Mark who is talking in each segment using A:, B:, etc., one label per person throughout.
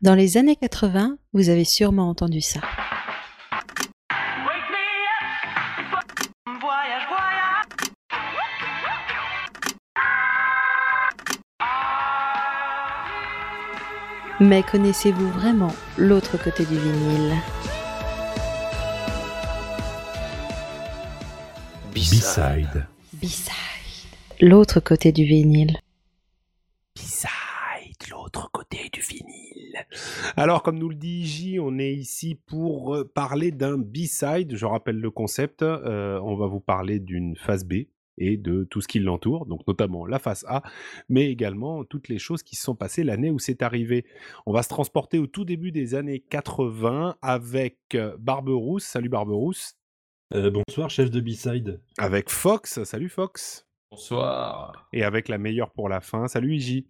A: Dans les années 80, vous avez sûrement entendu ça.
B: Wake me up. Voyage, voyage.
A: Mais connaissez-vous vraiment l'autre côté du vinyle
C: B-side.
A: B-side. L'autre côté du vinyle.
C: B-side, l'autre côté du vinyle. Alors, comme nous le dit J, on est ici pour euh, parler d'un B-side. Je rappelle le concept. euh, on va vous parler d'une phase B et de tout ce qui l'entoure, donc notamment la phase A, mais également toutes les choses qui se sont passées l'année où c'est arrivé. On va se transporter au tout début des années 80 avec euh, Barberousse. Salut Barberousse.
D: Euh, bonsoir, chef de B-side.
C: Avec Fox. Salut Fox.
E: Bonsoir.
C: et avec la meilleure pour la fin. Salut Iji.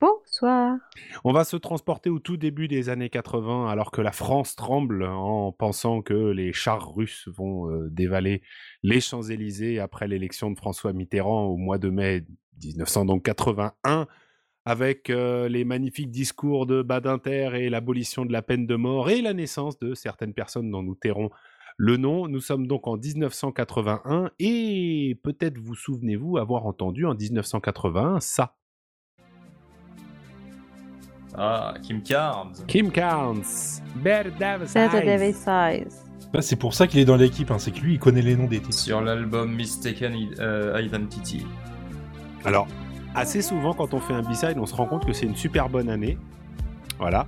F: Bonsoir.
C: On va se transporter au tout début des années 80 alors que la France tremble en pensant que les chars russes vont euh, dévaler les Champs-Élysées après l'élection de François Mitterrand au mois de mai 1981 avec euh, les magnifiques discours de Badinter et l'abolition de la peine de mort et la naissance de certaines personnes dont nous tairons le nom. Nous sommes donc en 1981 et peut-être vous souvenez-vous avoir entendu en 1981 ça.
E: Ah, Kim Carnes.
C: Kim Carnes, Bear Davis
F: Saturday
C: Eyes.
F: Size.
D: Bah, c'est pour ça qu'il est dans l'équipe, hein, c'est que lui, il connaît les noms des titres.
E: Sur l'album Mistaken I- euh, Identity.
C: Alors, assez souvent, quand on fait un B-side, on se rend compte que c'est une super bonne année. Voilà.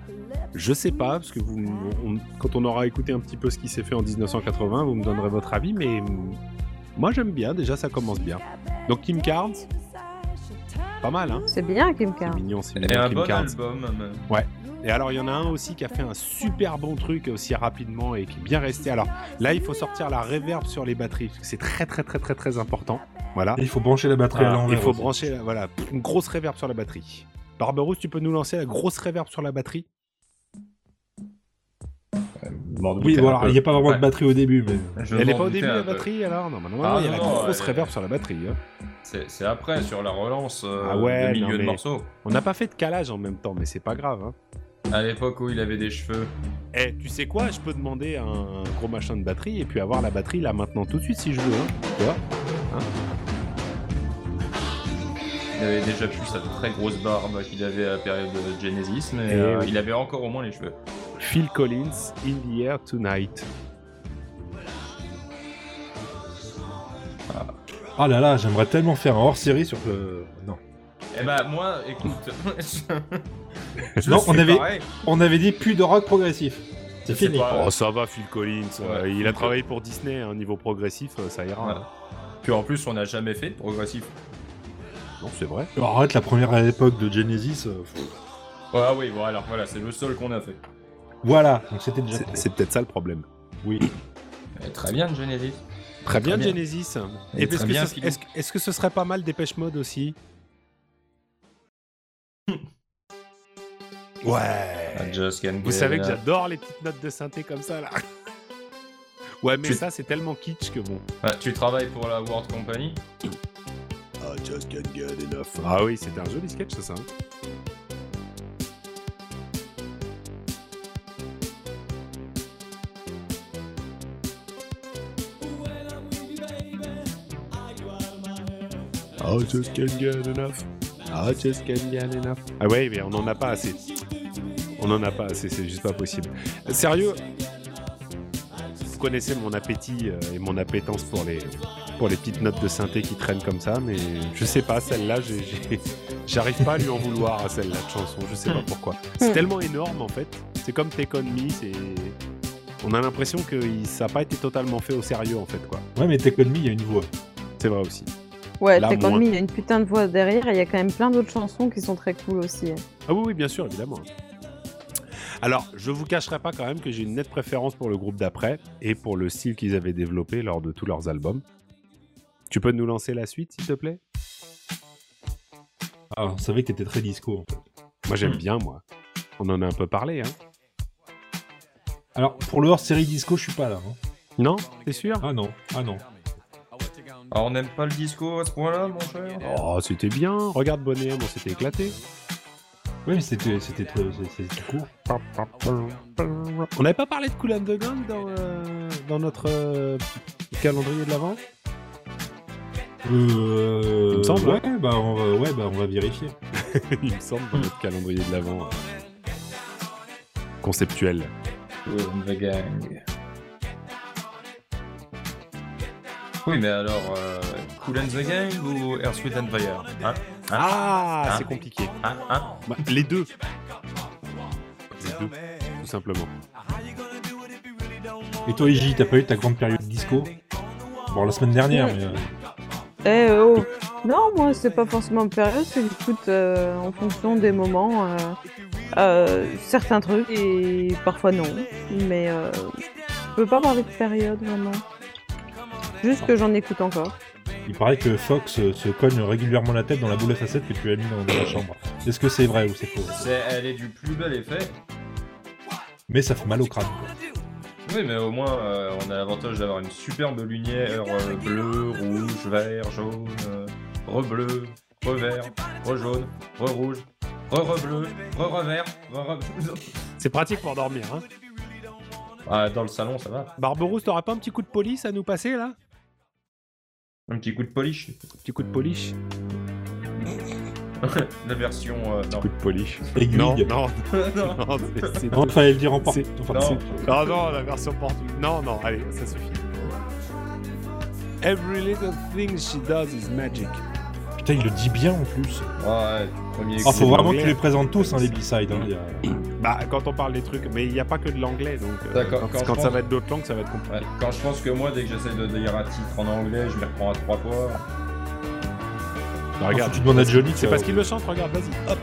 C: Je sais pas, parce que vous, on- quand on aura écouté un petit peu ce qui s'est fait en 1980, vous me donnerez votre avis, mais mm, moi j'aime bien, déjà ça commence bien. Donc Kim Carnes, pas mal, hein
F: C'est bien, Kim
C: C'est
F: Carnes.
C: mignon, c'est
E: Et
C: mignon,
E: un
C: Kim
E: bon
C: Carnes.
E: album. même.
C: Et alors, il y en a un aussi qui a fait un super bon truc aussi rapidement et qui est bien resté. Alors là, il faut sortir la reverb sur les batteries, parce que c'est très très très très très important. Voilà.
D: Et il faut brancher la batterie à
C: Voilà,
D: l'envers.
C: Ah, il faut
D: aussi.
C: brancher la- voilà, une grosse réverb sur la batterie. Barberousse, tu peux nous lancer la grosse réverb sur la batterie
D: Oui, bon, alors, il n'y a pas vraiment
E: Ouais.
D: de batterie au début, mais.
E: Je
C: Elle est
E: m'en
C: pas au
E: doutais
C: début
E: un
C: la
E: peu.
C: batterie alors Non, mais normalement,
E: euh, Ah
C: il y a
E: non,
C: la
E: non,
C: grosse
E: elle-
C: réverb sur la batterie. hein.
E: C'est c'est après, sur la relance euh,
C: Ah ouais,
E: de
C: non,
E: milieu de
C: mais-
E: morceau.
C: On n'a pas fait de calage en même temps, mais c'est pas grave. hein.
E: À l'époque où il avait des cheveux.
C: Eh, tu sais quoi Je peux demander un gros machin de batterie et puis avoir la batterie là maintenant tout de suite si je veux. hein. Tu vois
E: Il avait déjà plus sa très grosse barbe qu'il avait à la période de Genesis, mais
C: Et
E: euh,
C: Eh oui.
E: il avait encore au moins les cheveux.
C: Phil Collins, In the Air Tonight.
D: Ah là là, j'aimerais tellement faire un hors série sur le. Non.
E: Eh bah, moi, écoute. je- je
D: Non,
E: suis
D: on avait-
E: pareil.
D: On avait dit plus de rock progressif. C'est
E: Je sais
D: fini.
E: pas. euh,
C: Oh, ça va, Phil Collins. euh,
E: Ah Ouais.
C: il a travaillé pour Disney, un niveau progressif, euh, ça ira.
E: Voilà. Puis en plus, on n'a jamais fait de progressif.
C: hein. Non, c'est vrai.
D: Oh, Arrête la première à l'époque de Genesis. euh, pff.
E: Ah oui, bon, alors voilà, c'est le seul qu'on a fait.
D: Voilà, donc c'était déjà.
C: C'est- C'est peut-être ça le problème.
D: Oui.
E: Eh, très bien, Genesis.
C: Très bien,
E: Très bien.
C: Genesis.
E: Et
C: Et puis,
E: très
C: est-ce que,
E: bien,
C: ce-
E: Philou.
C: est-ce que- est-ce que ce serait pas mal Dépêche Mode aussi Ouais. Eh. Vous
E: Euh,
C: savez que j'adore les petites notes de synthé comme ça là. Ouais, mais
E: Tu-
C: ça c'est tellement kitsch que bon.
E: Ouais, tu travailles pour la World Company
C: Ah oui, c'était un joli sketch ça. hein. I just can't get enough. I just can't get enough. Ah ouais, mais on n'en a pas assez. On n'en a pas assez, c'est juste pas possible. Euh, Sérieux, vous connaissez mon appétit euh, et mon appétence pour les, pour les petites notes de synthé qui traînent comme ça, mais je sais pas, celle-là, j'ai- j'ai- j'arrive pas à lui en vouloir à celle-là de chanson, je sais pas pourquoi. C'est tellement énorme en fait, c'est comme Take On Me, c'est... On a l'impression que il- ça n'a pas été totalement fait au sérieux en fait, quoi.
D: Ouais, mais Take On Me, il y a une voix.
C: C'est vrai aussi.
F: Ouais,
C: Là,
F: Take On
C: moins.
F: Me, il y a une putain de voix derrière et il y a quand même plein d'autres chansons qui sont très cool aussi.
C: Ah oui, oui, bien sûr, évidemment. Alors, je vous cacherai pas quand même que j'ai une nette préférence pour le groupe d'après et pour le style qu'ils avaient développé lors de tous leurs albums. Tu peux nous lancer la suite, s'il te plaît
D: Ah, on savait que t'étais très disco. en fait.
C: Moi, j'aime
E: Hmm.
C: bien, moi. On en a un peu parlé, hein
D: Alors, pour le hors série disco, je suis pas là. hein.
C: Non T'es sûr
D: Ah non, ah non.
E: Ah, on n'aime pas le disco à ce point-là, mon cher
C: Oh, c'était bien. Regarde Bonnet M, on s'était éclaté.
D: Oui, mais c'était c'était trop- c'est- c'est court.
C: On n'avait pas parlé de Cool and the Gang dans, euh, dans notre euh, calendrier de l'avant
D: Euh,
C: Il me semble.
D: Ouais, bah on va, ouais, bah on va vérifier.
C: Il me semble dans notre calendrier de l'avant conceptuel.
E: The Gang. Oui, mais alors, euh, Cool and the Gang ou Earth, Wind and Fire hein
C: Ah,
E: Ah.
C: c'est compliqué.
E: Hein Hein
C: Bah, les deux. Les deux, tout simplement.
D: Et toi, Iji, t'as pas eu ta grande période disco Bon, la semaine dernière,
F: Ouais.
D: mais. euh,
F: Eh oh Non, moi, c'est pas forcément une période, c'est que j'écoute euh, en fonction des moments euh, euh, certains trucs et parfois non. Mais euh, je peux pas parler de période vraiment. Juste que j'en écoute encore.
D: il paraît que Fox euh, se cogne régulièrement la tête dans la boule à facettes que tu as mis dans, dans la chambre. Est-ce que c'est vrai ou c'est faux
E: C'est- Elle est du plus bel effet.
D: Mais ça fait mal au crâne. quoi.
E: Oui, mais au moins, euh, on a l'avantage d'avoir une superbe lumière euh, bleue, rouge, vert, jaune, euh, re-bleu, re-vert, re-jaune, re-rouge, re-re-bleu, re-revert, re-re...
C: C'est pratique pour dormir. Hein.
E: Ah, dans le salon, ça va.
C: Barberousse, t'auras pas un petit coup de police à nous passer là
E: Un petit coup de polish.
C: Petit coup de polish
E: La version... euh, non.
C: de polish.
D: Aiguille.
C: Non, non,
E: Non.
C: non, c'est- c'est-
D: Non, Ah, fallait le dire en porte.
C: C'est-
D: Enfin,
E: Non.
D: c'est-
C: Ah non, la version portugaise. Non, non, allez, ça suffit. Every little thing she does is magic.
D: Putain, il le dit bien en plus.
E: Ouais, du premier
D: Ah,
E: coup.
D: faut vraiment que
C: l'anglais.
D: tu les présentes tous, hein, les B-sides. hein, il y a-
C: Bah, quand on parle des trucs, mais il n'y a pas que de l'anglais, donc euh,
E: D'accord,
C: quand,
E: quand je
C: quand ça
E: pense-
C: va être d'autres langues, ça va être compliqué.
E: Ouais, Quand je pense que moi, dès que j'essaie de dire un titre en anglais, je me reprends à trois fois.
C: Bah,
D: Enfin, Ah, tu demandes à Johnny,
C: c'est
D: ça-
C: parce qu'il le chante, regarde, vas-y, hop,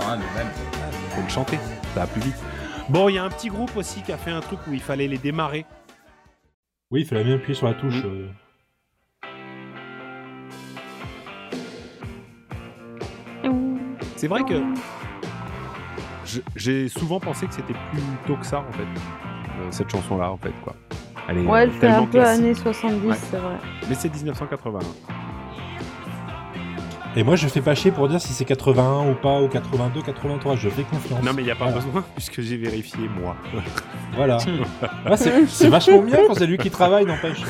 E: Ah, mais même.
C: faut le chanter, ça va plus vite. Bon, il y a un petit groupe aussi qui a fait un truc où il fallait les démarrer.
D: Oui, il fallait bien appuyer sur la touche.
C: Mm.
D: euh.
C: C'est vrai que je- j'ai souvent pensé que c'était plus tôt que ça, en fait, euh, cette chanson-là, en fait, quoi. Elle est
F: Ouais,
C: euh,
F: c'est un
C: tellement
F: peu
C: classique.
F: années 70,
C: Ouais.
F: c'est vrai.
C: Mais c'est 1980.
D: Et moi, je fais pas chier pour dire si c'est 81 ou pas, ou 82, 83. Je fais confiance.
C: Non, mais il n'y a pas
D: Voilà.
C: besoin, puisque j'ai vérifié, moi.
D: Voilà. Ah, c'est c'est vachement bien quand c'est lui qui travaille, n'empêche.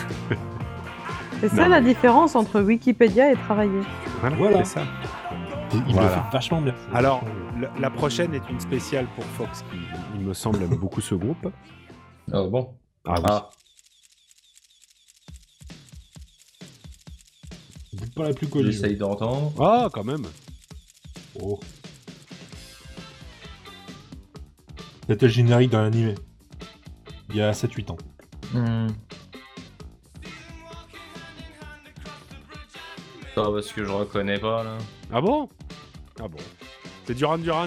F: C'est ça
C: Non.
F: la différence entre Wikipédia et travailler.
C: Voilà,
D: Voilà.
C: c'est ça.
D: Il
C: Voilà.
D: le fait vachement bien.
C: Alors, la, la prochaine est une spéciale pour Fox, qui, il me semble, aime beaucoup ce groupe.
E: Ah, bon.
C: Ah oui.
E: Ah,
D: C'est pas la plus connue.
E: j'essaye d'entendre.
C: Ah, quand même.
D: Oh. C'était le générique d'un animé. Il y a 7-8 ans.
E: Hmm. Ah, parce que je reconnais pas, là.
C: Ah bon Ah bon. C'est Duran Duran.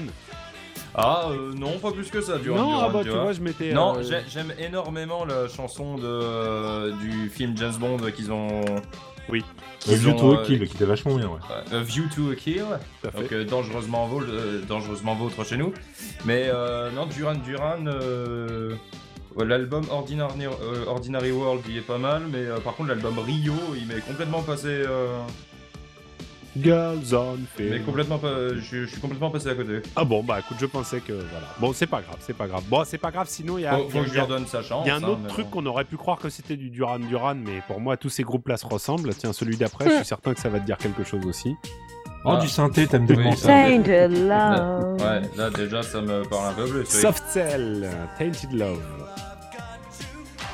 E: Ah, euh, non, pas plus que ça, Duran
C: non,
E: Duran,
C: ah bah
E: tu
C: tu
E: vois.
C: vois, je m'étais.
E: Non,
C: euh,
E: j'ai- j'aime énormément la chanson de, euh, du film James Bond qu'ils ont...
C: Oui.
D: Le
E: Qu'ils
D: vieux
E: ont,
D: Toho
E: euh,
D: Kill, qui était vachement bien, ouais.
E: Ouais, A View to a Kill,
C: tout à fait.
E: donc euh, dangereusement, vol- euh, dangereusement vôtre chez nous. Mais euh, non, Duran Duran, euh, ouais, l'album Ordinary, euh, Ordinary World il est pas mal, mais euh, par contre l'album Rio il m'est complètement passé. euh,
C: Girls on
E: il m'est
C: Film.
E: complètement pas- je, je suis complètement passé à côté.
C: Ah bon, bah écoute, je pensais que voilà. Bon, c'est pas grave, c'est pas grave. Bon, c'est pas grave, sinon il y a.
E: Faut, faut que je
C: il y a-
E: leur donne sa chance.
C: Ah, il y a un
E: hein,
C: autre
E: mais
C: truc
E: bon.
C: qu'on aurait pu croire que c'était du Duran Duran, mais pour moi, tous ces groupes-là se ressemblent. Tiens, celui d'après, je suis certain que ça va te dire quelque chose aussi.
D: Oh,
E: Ah.
D: du synthé, t'aimes
E: Oui,
D: tellement
E: ça.
D: ça.
F: Change a love.
E: Ouais, là déjà ça me parle un peu plus. oui.
C: Soft Cell, Tainted Love.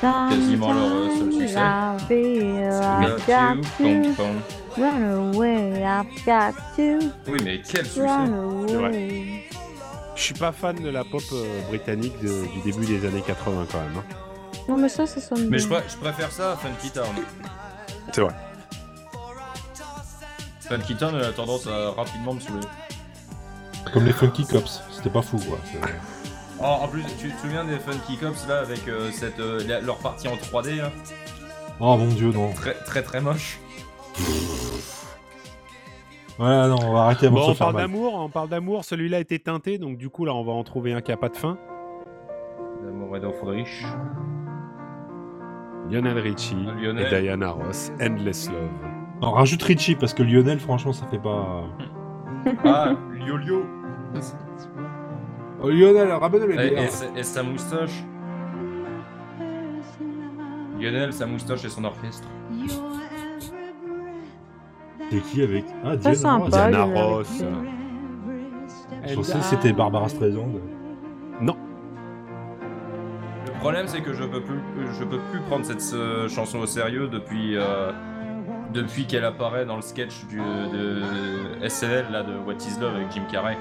E: quasiment leur, euh, seul succès.
F: Sometimes I feel
E: Got
F: I've
E: you,
F: got
E: pom,
F: to
E: pom.
F: run away, I've got to
E: Oui, mais quel succès!
F: run
C: C'est vrai.
F: away.
C: Je suis pas fan de la pop euh, britannique de- du début des années 80 quand même. hein.
F: Non, mais ça, ça sonne
E: Mais je,
F: bien.
E: pr- je préfère ça à Funky Town.
C: C'est vrai.
E: Funky Town elle a tendance à rapidement me saouler.
D: Comme les Funky Cops. C'était pas fou, quoi. C'est-
E: Oh, en plus, tu te souviens des Funky Cops là avec euh, cette, euh, la- leur partie en 3D là
D: Oh mon dieu, non.
E: Très très très moche.
D: Ouais, non, on va arrêter avant
C: Bon,
D: de
C: on
D: se faire
C: parle
D: mal.
C: d'amour, on parle d'amour. Celui-là était teinté, donc du coup, là, on va en trouver un qui a pas de fin.
E: L'amour est dans Friedrich.
C: Lionel Richie
E: Lionel.
C: et Diana Ross, Endless Love.
D: On rajoute Richie parce que Lionel, franchement, ça fait pas.
E: Ah, Liolio
G: Oh, Lionel, ramène
D: Eh,
G: les
E: et, et
G: bières.
E: sa- et sa moustache Lionel, sa moustache et son orchestre.
D: eh, C'est qui avec Ah,
F: Très
D: Diane
F: sympa.
C: Diana
F: il y en a avec-
C: Ross. Ah
D: Ross. Je pensais que c'était Barbara Streisand.
E: Le problème, c'est que je peux plus, euh, je peux plus prendre cette euh, chanson au sérieux depuis, euh, depuis qu'elle apparaît dans le sketch du, de SNL là de What Is Love avec Jim Carrey.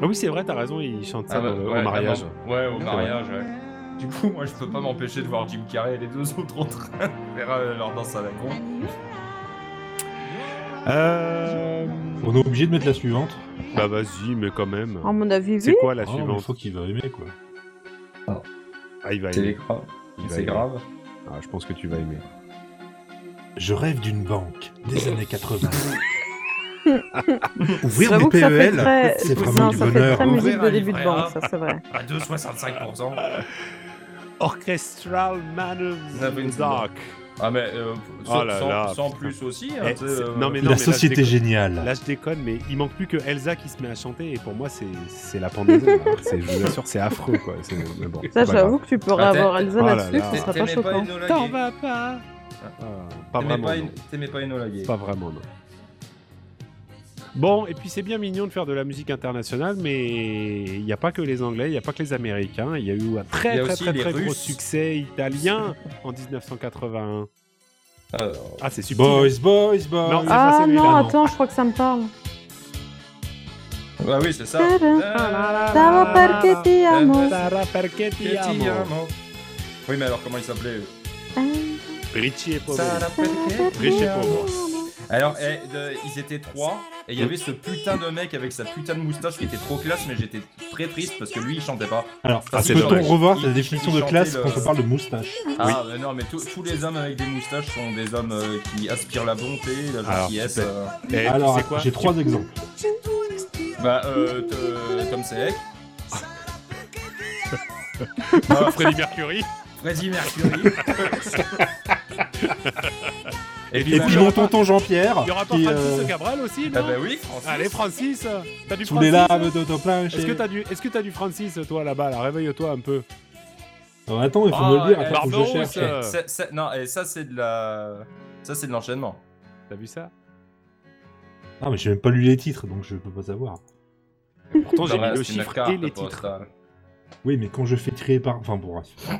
C: Ah oui, c'est vrai, t'as raison, il chante ça
E: Ah bah,
C: dans le-
E: ouais,
C: au mariage.
E: ah bon, ouais, au
C: C'est
E: mariage, ouais. Du coup, moi, je peux pas m'empêcher de voir Jim Carrey et les deux autres en train de faire euh, leur danse à la con.
C: Euh...
D: On est obligé de mettre la suivante.
C: Bah vas-y, mais quand même.
F: À mon avis,
C: C'est
F: oui.
C: quoi la
D: Ah, mais je
C: suivante
D: crois qu'il va aimer quoi.
C: Ah, il va
E: C'est
C: aimer.
E: grave.
C: Il va
E: C'est
C: aimer.
E: grave.
C: Ah, je pense que tu vas aimer.
D: Je rêve d'une banque des années 80.
G: Ouvrir
F: J'avoue
G: des
F: que ça fait
C: E
G: PEL,
F: très.
D: E c'est vraiment
F: non,
D: du
F: ça fait
D: bonheur.
F: très
E: Ouvrir
F: musique de
E: un
F: début de
E: livret hein. A.
F: banque, ça c'est vrai.
E: À 2,65%.
C: Orchestral Man of
E: Ah, oui.
C: the Dark.
E: Ah, mais euh, sans,
C: Oh là
E: sans-
C: là,
E: sans
C: putain.
E: plus aussi. hein,
C: Eh,
E: tu sais,
C: c'est-
E: euh,
C: non, mais
D: la
C: non, mais là, je
D: société
C: déconne.
D: géniale.
C: Là, je déconne, mais il manque plus que Elsa qui se met à chanter, et pour moi, c'est c'est la pendaison. là. C'est- je vous assure, c'est affreux, quoi. C'est- mais bon,
F: Ça,
C: c'est pas
F: j'avoue que tu pourrais
E: Attends.
F: avoir Elsa
C: Oh là
F: là-dessus,
C: là.
F: ce serait pas
E: T'aimais
F: choquant.
E: Enola
C: grave.
E: Gay.
C: T'en vas pas Ah, Pas
E: T'aimais
C: vraiment.
E: pas,
C: non.
E: t'aimais pas Enola Gay.
C: Pas vraiment, non. Bon, et puis c'est bien mignon de faire de la musique internationale, mais il n'y a pas que les Anglais, il n'y a pas que les Américains. Il y a eu un
E: Il y
C: très,
E: a
C: très,
E: aussi
C: très,
E: les
C: très gros
E: Russes.
C: succès italien en 1981.
E: Alors,
C: Ah, c'est super.
D: Boys, boys, boys.
C: Non, ça,
F: Ah
C: c'est
F: non,
C: celui-là, non.
F: attends, je crois que ça me parle.
E: Bah oui, c'est ça.
F: Tadam.
E: Ah,
F: T'as perché ti amo.
C: Sarà perché ti
E: Petit
C: amo.
E: Yamo. Oui, mais alors comment il s'appelait euh,
C: Richie et Pauvre.
E: Sarà perché ti
C: Richie et
E: amo.
C: Pauvre.
E: Alors, eh, de- ils étaient trois, et il y avait ce putain de mec avec sa putain de moustache qui était trop classe, mais j'étais très triste parce que lui il chantait pas.
D: Alors,
E: Ah, c'est
D: peut-on
E: dommage.
D: revoir la
E: Il-
D: définition
E: il
D: de
E: chantait
D: classe
E: le-
D: quand on parle de moustache
E: Ah, mais non, mais tous- tous les hommes avec des moustaches sont des hommes euh, qui aspirent la bonté, la
D: Ah,
C: Alors,
E: gentillesse.
C: tu sais.
E: euh.
C: Eh, tu
D: Alors,
C: sais quoi
D: j'ai trois exemples.
E: Bah, euh, t- euh, Tom Selleck, Bah,
C: Freddie Ah, Mercury.
E: Freddie Mercury. et puis,
D: Et
E: bah,
D: puis
C: il y aura
D: mon
C: pas-
D: tonton Jean-Pierre,
C: Il y aura pas
D: qui
C: Francis
D: euh,
C: Cabral aussi,
E: ah
C: non
E: bah oui, Francis.
C: Allez, Francis T'as du
D: sous les
C: Francis
D: lames de ton plein
C: Est-ce que t'as du, est-ce que t'as du Francis, toi, là-bas là Réveille-toi un peu.
D: Non, Oh, attends, il faut
E: Ah,
D: me le dire,
E: eh,
D: attends, faut que je
C: Barberousse,
D: cherche.
C: euh.
E: C'est- c'est- non, et ça c'est de la, ça c'est de l'enchaînement.
C: T'as vu ça
D: Ah, mais j'ai même pas lu les titres, donc je peux pas savoir.
C: Pourtant, j'ai
E: Bah,
C: mis le
E: c'est une
C: chiffre
E: carte
C: et les
E: pour
C: titres.
E: ça.
D: Oui, mais quand je fais tirer par... Enfin, bon, bref.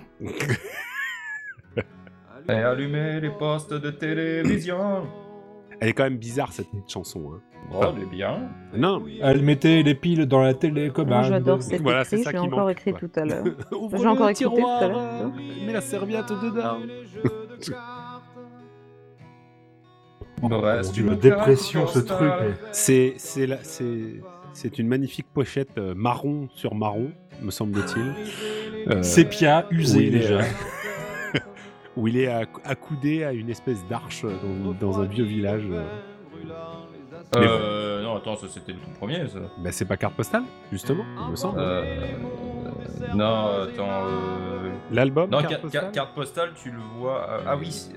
E: Et allumer les postes de télévision.
C: Elle est quand même bizarre, cette chanson. hein.
D: Ah.
E: Oh, elle est bien.
C: Non, mais...
D: Elle mettait les piles dans la
F: Moi,
D: télécommande.
F: J'adore cette
C: Ah bah, Voilà, c'est
F: écrit,
C: ça
F: je l'ai
C: qui
F: encore
C: manque,
F: écrit
C: quoi.
F: tout à l'heure.
C: Ouvre
F: J'ai encore
C: le
F: écouté tout à l'heure.
C: tiroir, euh, Mets la serviette dedans.
E: Brest,
D: Mon Dieu, la dépression, ce truc. mais-
C: C'est, c'est, la- c'est, c'est une magnifique pochette euh, marron sur marron, me semble-t-il. Euh,
D: Sépia, usé
C: oui,
D: déjà.
C: euh, où il est acc- accoudé à une espèce d'arche dans, dans un vieux village. euh.
E: Euh, non, attends, ça c'était le tout premier, ça.
C: Bah, c'est pas carte postale, justement, il me semble.
E: Euh, euh, non, attends. Euh...
C: L'album
E: Non,
C: carte
E: ca-
C: postale
E: ca- carte postale, tu le vois. euh, Ah oui, c'est-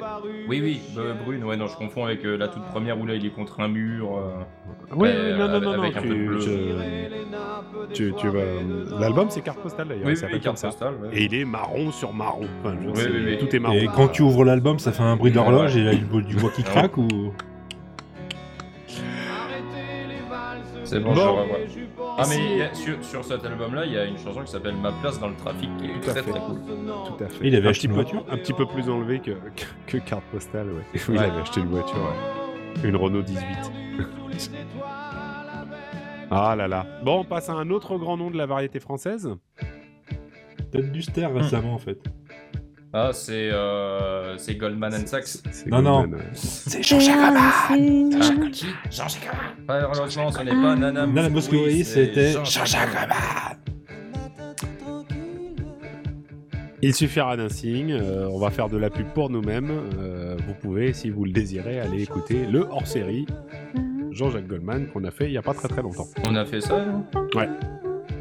E: oui, oui, euh, Brune, ouais, non, je confonds avec euh, la toute première où là il est contre un mur. euh.
C: Ah Oui,
E: Euh,
C: oui, non, non,
E: avec-
C: non, non,
E: avec un peu de
C: tu,
E: bleu.
C: je- tu, tu vas- L'album, c'est carte postale, d'ailleurs.
E: Oui,
C: il
E: oui,
C: s'appelle
E: oui,
C: comme
E: carte
C: ça.
E: postale. ouais.
C: Et il est marron sur marron. Enfin, je
E: Oui,
C: sais,
E: oui, oui.
C: Tout est marron.
D: Et quand tu ouvres l'album, ça fait un bruit d'horloge et là, il y a du bois qui
E: Ah ouais.
D: craque ou...
E: C'est bon,
C: Bon.
E: je revois. Ah, mais
C: si-
E: il y a- sur, sur cet album-là, il y a une chanson qui s'appelle Ma place dans le trafic qui est
C: Tout à
E: très
C: fait.
E: très cool.
C: Tout à fait.
D: Il avait
C: un
D: acheté
C: petit
D: une
C: peu-
D: voiture
C: Un petit peu plus enlevé que, que, que carte postale, ouais. Il
E: Ouais.
C: avait acheté une voiture, ouais. Une Renault 18. ah là là. Bon, on passe à un autre grand nom de la variété française.
D: Peut-être du
C: Mm.
D: ster récemment, en fait.
E: Ah, c'est euh, c'est Goldman and Sachs.
C: C'est
D: Non, non.
C: Goldman, ouais.
D: C'est
E: Ah,
F: Dancing.
E: qui Jean Jacques Malheureusement, Ah, ce n'est pas Nana
D: Nana Mouskouri, c'était
E: Jean Jacques
C: Il suffira d'un signe. euh, on va faire de la pub pour nous-mêmes. Euh, vous pouvez, si vous le désirez, aller écouter le hors-série Jean-Jacques Goldman qu'on a fait il n'y a pas très très longtemps.
E: On a fait ça nous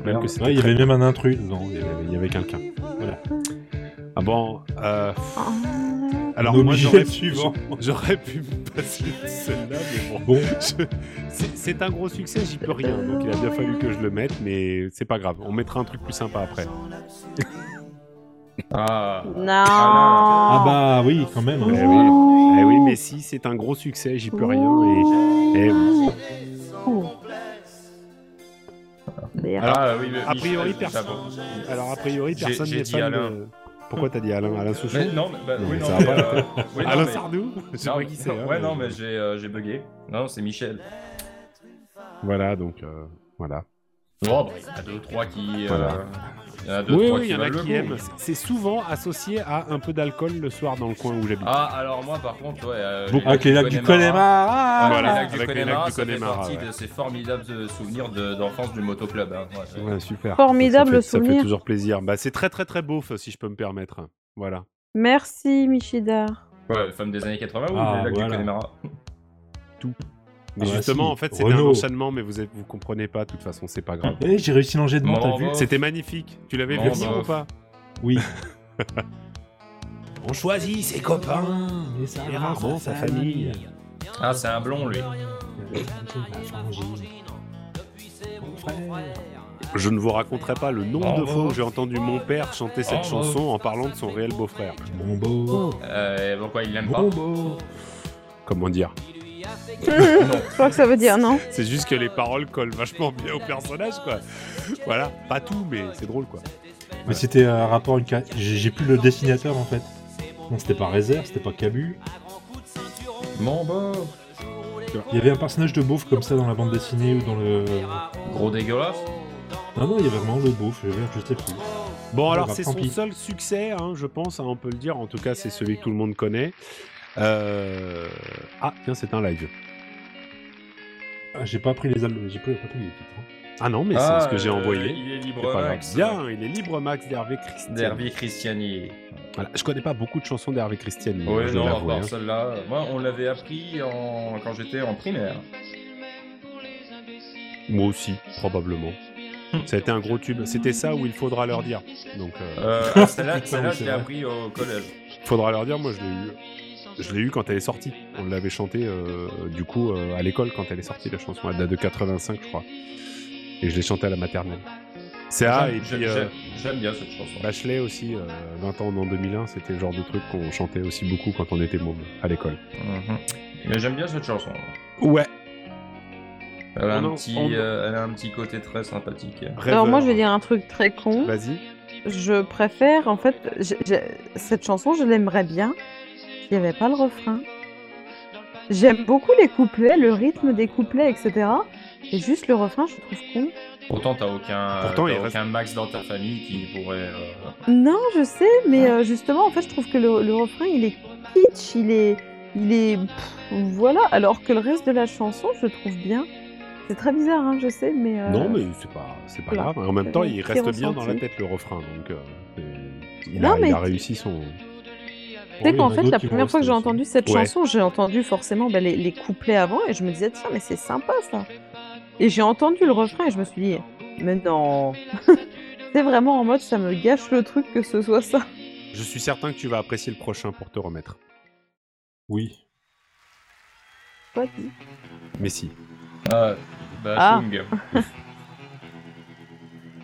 C: Même que c'était
D: Ouais, il y
C: très-
D: avait même un intrus dedans.
C: il y avait, il y avait quelqu'un. Voilà. Ah bon euh,
F: Ah.
C: Alors
D: On est
C: moi
D: obligé
C: j'aurais
D: de suivant.
C: J'aurais pu me passer de celle-là, mais bon.
D: Bon,
C: Je- c'est- C'est un gros succès, j'y peux rien. Donc il a bien fallu que je le mette, mais c'est pas grave. On mettra un truc plus sympa après.
E: Ah.
F: Non.
D: ah bah oui, quand même.
C: Eh
D: hein.
C: oui. Eh oui, mais si, c'est un gros succès, j'y peux rien. Et, eh oui.
F: Merde.
E: Alors, ah, oui, mais-
C: a priori,
E: ça-
C: personne-
E: ça-
C: Alors a priori,
E: J'ai-
C: personne
E: j'ai
C: n'est
E: dit
C: fan
E: Alain.
C: de- Pourquoi t'as dit Alain Alain Souchon
E: Mais non, mais, bah,
C: Non,
E: oui,
C: mais
E: non,
C: ça
E: mais,
C: va pas.
E: euh, oui, non,
C: Alain
E: mais-
C: Sardou Je sais
E: non,
C: pas
E: mais-
C: qui c'est. hein,
E: Ouais, non, mais j'ai euh, j'ai bugué. Non, c'est Michel.
C: Voilà, donc euh, voilà.
E: Bon, bah, il y en a deux, trois qui. euh,
C: Voilà.
E: Il y en a deux,
C: Oui,
E: trois
C: oui, il y en a
E: valent le
C: qui
E: coup.
C: aiment. C'est- C'est souvent associé à un peu d'alcool le soir dans le coin où j'habite.
E: Ah, alors moi, par contre, ouais. euh,
C: Bon,
D: Avec les lacs du Connemara.
E: Ah,
C: Voilà,
E: les lacs du
C: avec les lacs
E: Connemara,
C: du
E: ça fait
C: Connemara,
E: partie
C: ouais.
E: de ces formidables euh, souvenirs de- d'enfance du motoclub. hein, ouais.
C: Ouais, super.
F: Formidable
C: ça fait, Ça fait
F: souvenir.
C: toujours plaisir. Bah, c'est très très très beauf, si je peux me permettre. Voilà.
F: Merci, Michida.
E: Ouais, les femmes des années 80 ou
D: Ah,
E: les lacs
D: voilà.
E: du Connemara
D: Ah
C: Mais
D: bah
C: justement,
D: si,
C: en fait, c'était un
D: Renault.
C: enchaînement, mais vous êtes- vous comprenez pas. De toute façon, c'est pas grave.
D: Eh, j'ai réussi l'enjeu de
E: Bon,
D: mort, t'as
E: bon.
D: vu
C: C'était magnifique. Tu l'avais vu
E: Bon,
C: venir
E: bah.
C: ou pas
D: Oui.
C: On choisit ses copains, les rarement sa famille.
E: Ah, c'est un blond, lui.
C: Je ne vous raconterai pas le nombre
E: Oh,
C: de fois
E: bah.
C: où j'ai entendu mon père chanter cette
E: Oh, bah.
C: chanson en parlant de son réel beau-frère.
D: Bon
F: Oh.
D: beau.
E: Euh, pourquoi il l'aime pas
D: Bon beau.
C: Comment dire
F: Je crois que ça veut dire non.
C: C'est juste que les paroles collent vachement bien au personnage, quoi. Voilà, pas tout, mais c'est drôle, quoi.
D: Mais c'était euh, un rapport à une ca- J'ai j'ai plus le dessinateur en fait. Non, c'était pas Rezer, c'était pas Cabu.
E: Mon beau
D: Il y avait un personnage de beauf comme ça dans la bande dessinée ou dans le.
E: Gros dégueulasse
D: Non, non, il y avait vraiment le beauf, je je sais plus.
C: Bon,
D: Ouais,
C: alors
D: bah,
C: c'est
D: tant
C: son
D: pis.
C: seul succès, hein, je pense, hein, on peut le dire. En tout cas, c'est celui que tout le monde connaît. Euh, Ah, tiens, c'est un live.
D: Ah, j'ai pas pris les albums, j'ai pas, pas pris les titres. hein.
C: Ah non, mais
E: Ah,
C: c'est ce que j'ai
E: euh,
C: envoyé.
E: Il est
C: C'est
E: libre,
C: pas grave.
E: Max.
C: Bien, il est libre, Max, d'Hervé Christian.
E: Derby Christiani.
C: Voilà, Je connais pas beaucoup de chansons d'Hervé Christian.
E: Ouais,
C: je dois
E: non, à
C: l'avouer,
E: part
C: hein.
E: celle-là. Moi, on l'avait appris en... quand j'étais en primaire.
C: Moi aussi, probablement. Ça a été un gros tube. C'était ça où il faudra leur dire. Donc, euh,
E: Euh, ah, celle-là, celle-là,
D: Oui,
E: je
D: c'est
E: l'ai
D: vrai.
E: appris au collège.
C: faudra leur dire, moi je l'ai eu. Je l'ai eu quand elle est sortie. On l'avait chantée euh, du coup euh, à l'école quand elle est sortie la chanson. Elle date de 85 je crois. Et je l'ai chantée à la maternelle. C'est ah et
E: J'aime-
C: puis
E: j'aime-
C: euh,
E: J'aime bien cette chanson.
C: Bachelet aussi, euh, 20 ans en 2001, c'était le genre de truc qu'on chantait aussi beaucoup quand on était môme à l'école.
E: Mhm. Mais j'aime bien cette chanson.
C: bah, Ouais.
E: Elle a,
C: On en-
E: un petit,
C: on-
E: euh, elle a un petit côté très sympathique.
F: Alors moi, je vais dire un truc très con.
C: Vas-y.
F: Je préfère, en fait, j'ai- j'ai- cette chanson, je l'aimerais bien. Il n'y avait pas le refrain. J'aime beaucoup les couplets, le rythme des couplets, etc. Et juste le refrain, je le trouve con.
E: Pourtant, t'as aucun,
C: Pourtant,
E: t'as
C: il
E: aucun
C: reste-
E: Max dans ta famille qui pourrait. euh,
F: Non, je sais, mais euh, justement, en fait, je trouve que le, le refrain, il est kitsch, il est. Il est. pff, voilà, alors que le reste de la chanson, je le trouve bien. C'est très bizarre, hein, je sais, mais. euh,
C: Non, mais c'est pas, c'est pas
F: Voilà.
C: grave. En même temps,
F: Euh,
C: il
F: petit
C: reste bien dans la
F: ressenti.
C: tête le refrain. Donc, euh, euh, il,
F: Non,
C: a, il
F: mais-
C: a réussi son.
F: Tu sais
D: Oui, il y en
F: qu'en
D: a
F: fait,
D: d'autres
F: la
D: qui vont
F: première fois que j'ai
D: rester
F: entendu cette
C: Ouais.
F: chanson, j'ai entendu forcément bah, les, les couplets avant et je me disais, tiens, mais c'est sympa ça. Et j'ai entendu le refrain et je me suis dit, mais non. c'est vraiment en mode, ça me gâche le truc que ce soit ça.
C: Je suis certain que tu vas apprécier le prochain pour te remettre.
D: Oui.
F: Pas dit.
C: Mais si.
E: Ah, bah,
F: Ah.
E: Chung.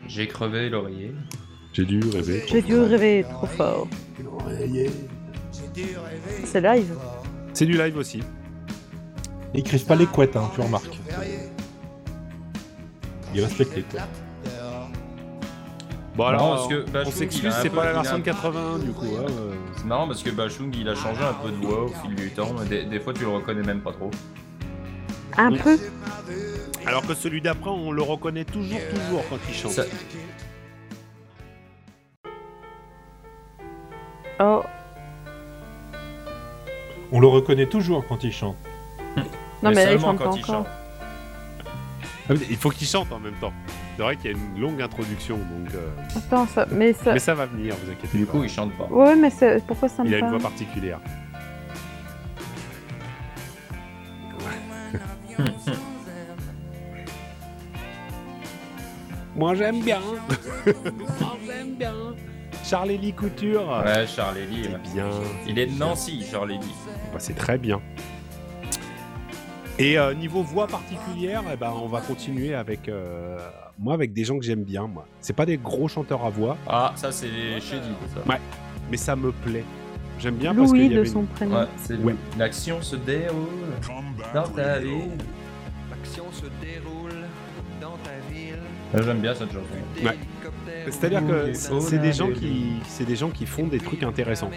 E: J'ai crevé l'oreiller.
C: J'ai dû rêver.
F: J'ai dû rêver trop fort. C'est live.
C: C'est du live aussi.
D: Ils écrivent pas les couettes, hein, tu remarques. Ils respectent les couettes.
C: Bon,
E: Non,
C: Oh, alors,
E: parce que
C: on
E: Bachung, il
C: s'excuse,
E: a un
C: c'est
E: peu-
C: pas la
E: il a un
C: version de
E: peu-
C: 81 du coup. hein, euh.
E: C'est marrant parce que Bachung il a changé un peu de voix au fil du temps. Des, des fois tu le reconnais même pas trop.
F: Un
C: Oui.
F: peu.
C: Alors que celui d'après, on le reconnaît toujours, toujours quand il chante.
E: Ça-
F: Oh.
D: On le reconnaît toujours quand il chante.
F: Non, mais, là, il
E: seulement
F: chante pas
E: quand il
F: encore.
E: chante.
C: Ah, mais Il faut qu'il chante en même temps. C'est vrai qu'il y a une longue introduction, donc. euh,
F: Attends, ça. Mais ça.
C: Mais ça va venir, vous inquiétez
E: Du
C: pas.
E: coup il chante pas.
F: Ouais, mais c'est- pourquoi ça me
C: Il a une voix
F: parle
C: particulière. Moi j'aime bien. Charlélie Couture.
E: Ouais, Charlélie.
C: C'est
E: ouais.
C: bien.
E: Il est de Nancy, Charlélie.
C: Bah, c'est très bien. Et euh, niveau voix particulière, eh ben, on va continuer avec euh, moi avec des gens que j'aime bien. Moi, c'est pas des gros chanteurs à voix,
E: Ah, ça, c'est chez Dib, ça.
C: mais ça me plaît. J'aime bien parce qu'il
F: Louis
C: y
F: de
C: avait
F: son prénom.
E: Ouais, c'est
C: Ouais.
E: L'action se déroule dans ta ville.
H: L'action se déroule dans ta ville.
E: Ah, J'aime bien cette chanson.
C: une- c'est-à-dire que c'est c'est des gens qui, c'est des gens qui font
H: font
C: des trucs intéressants.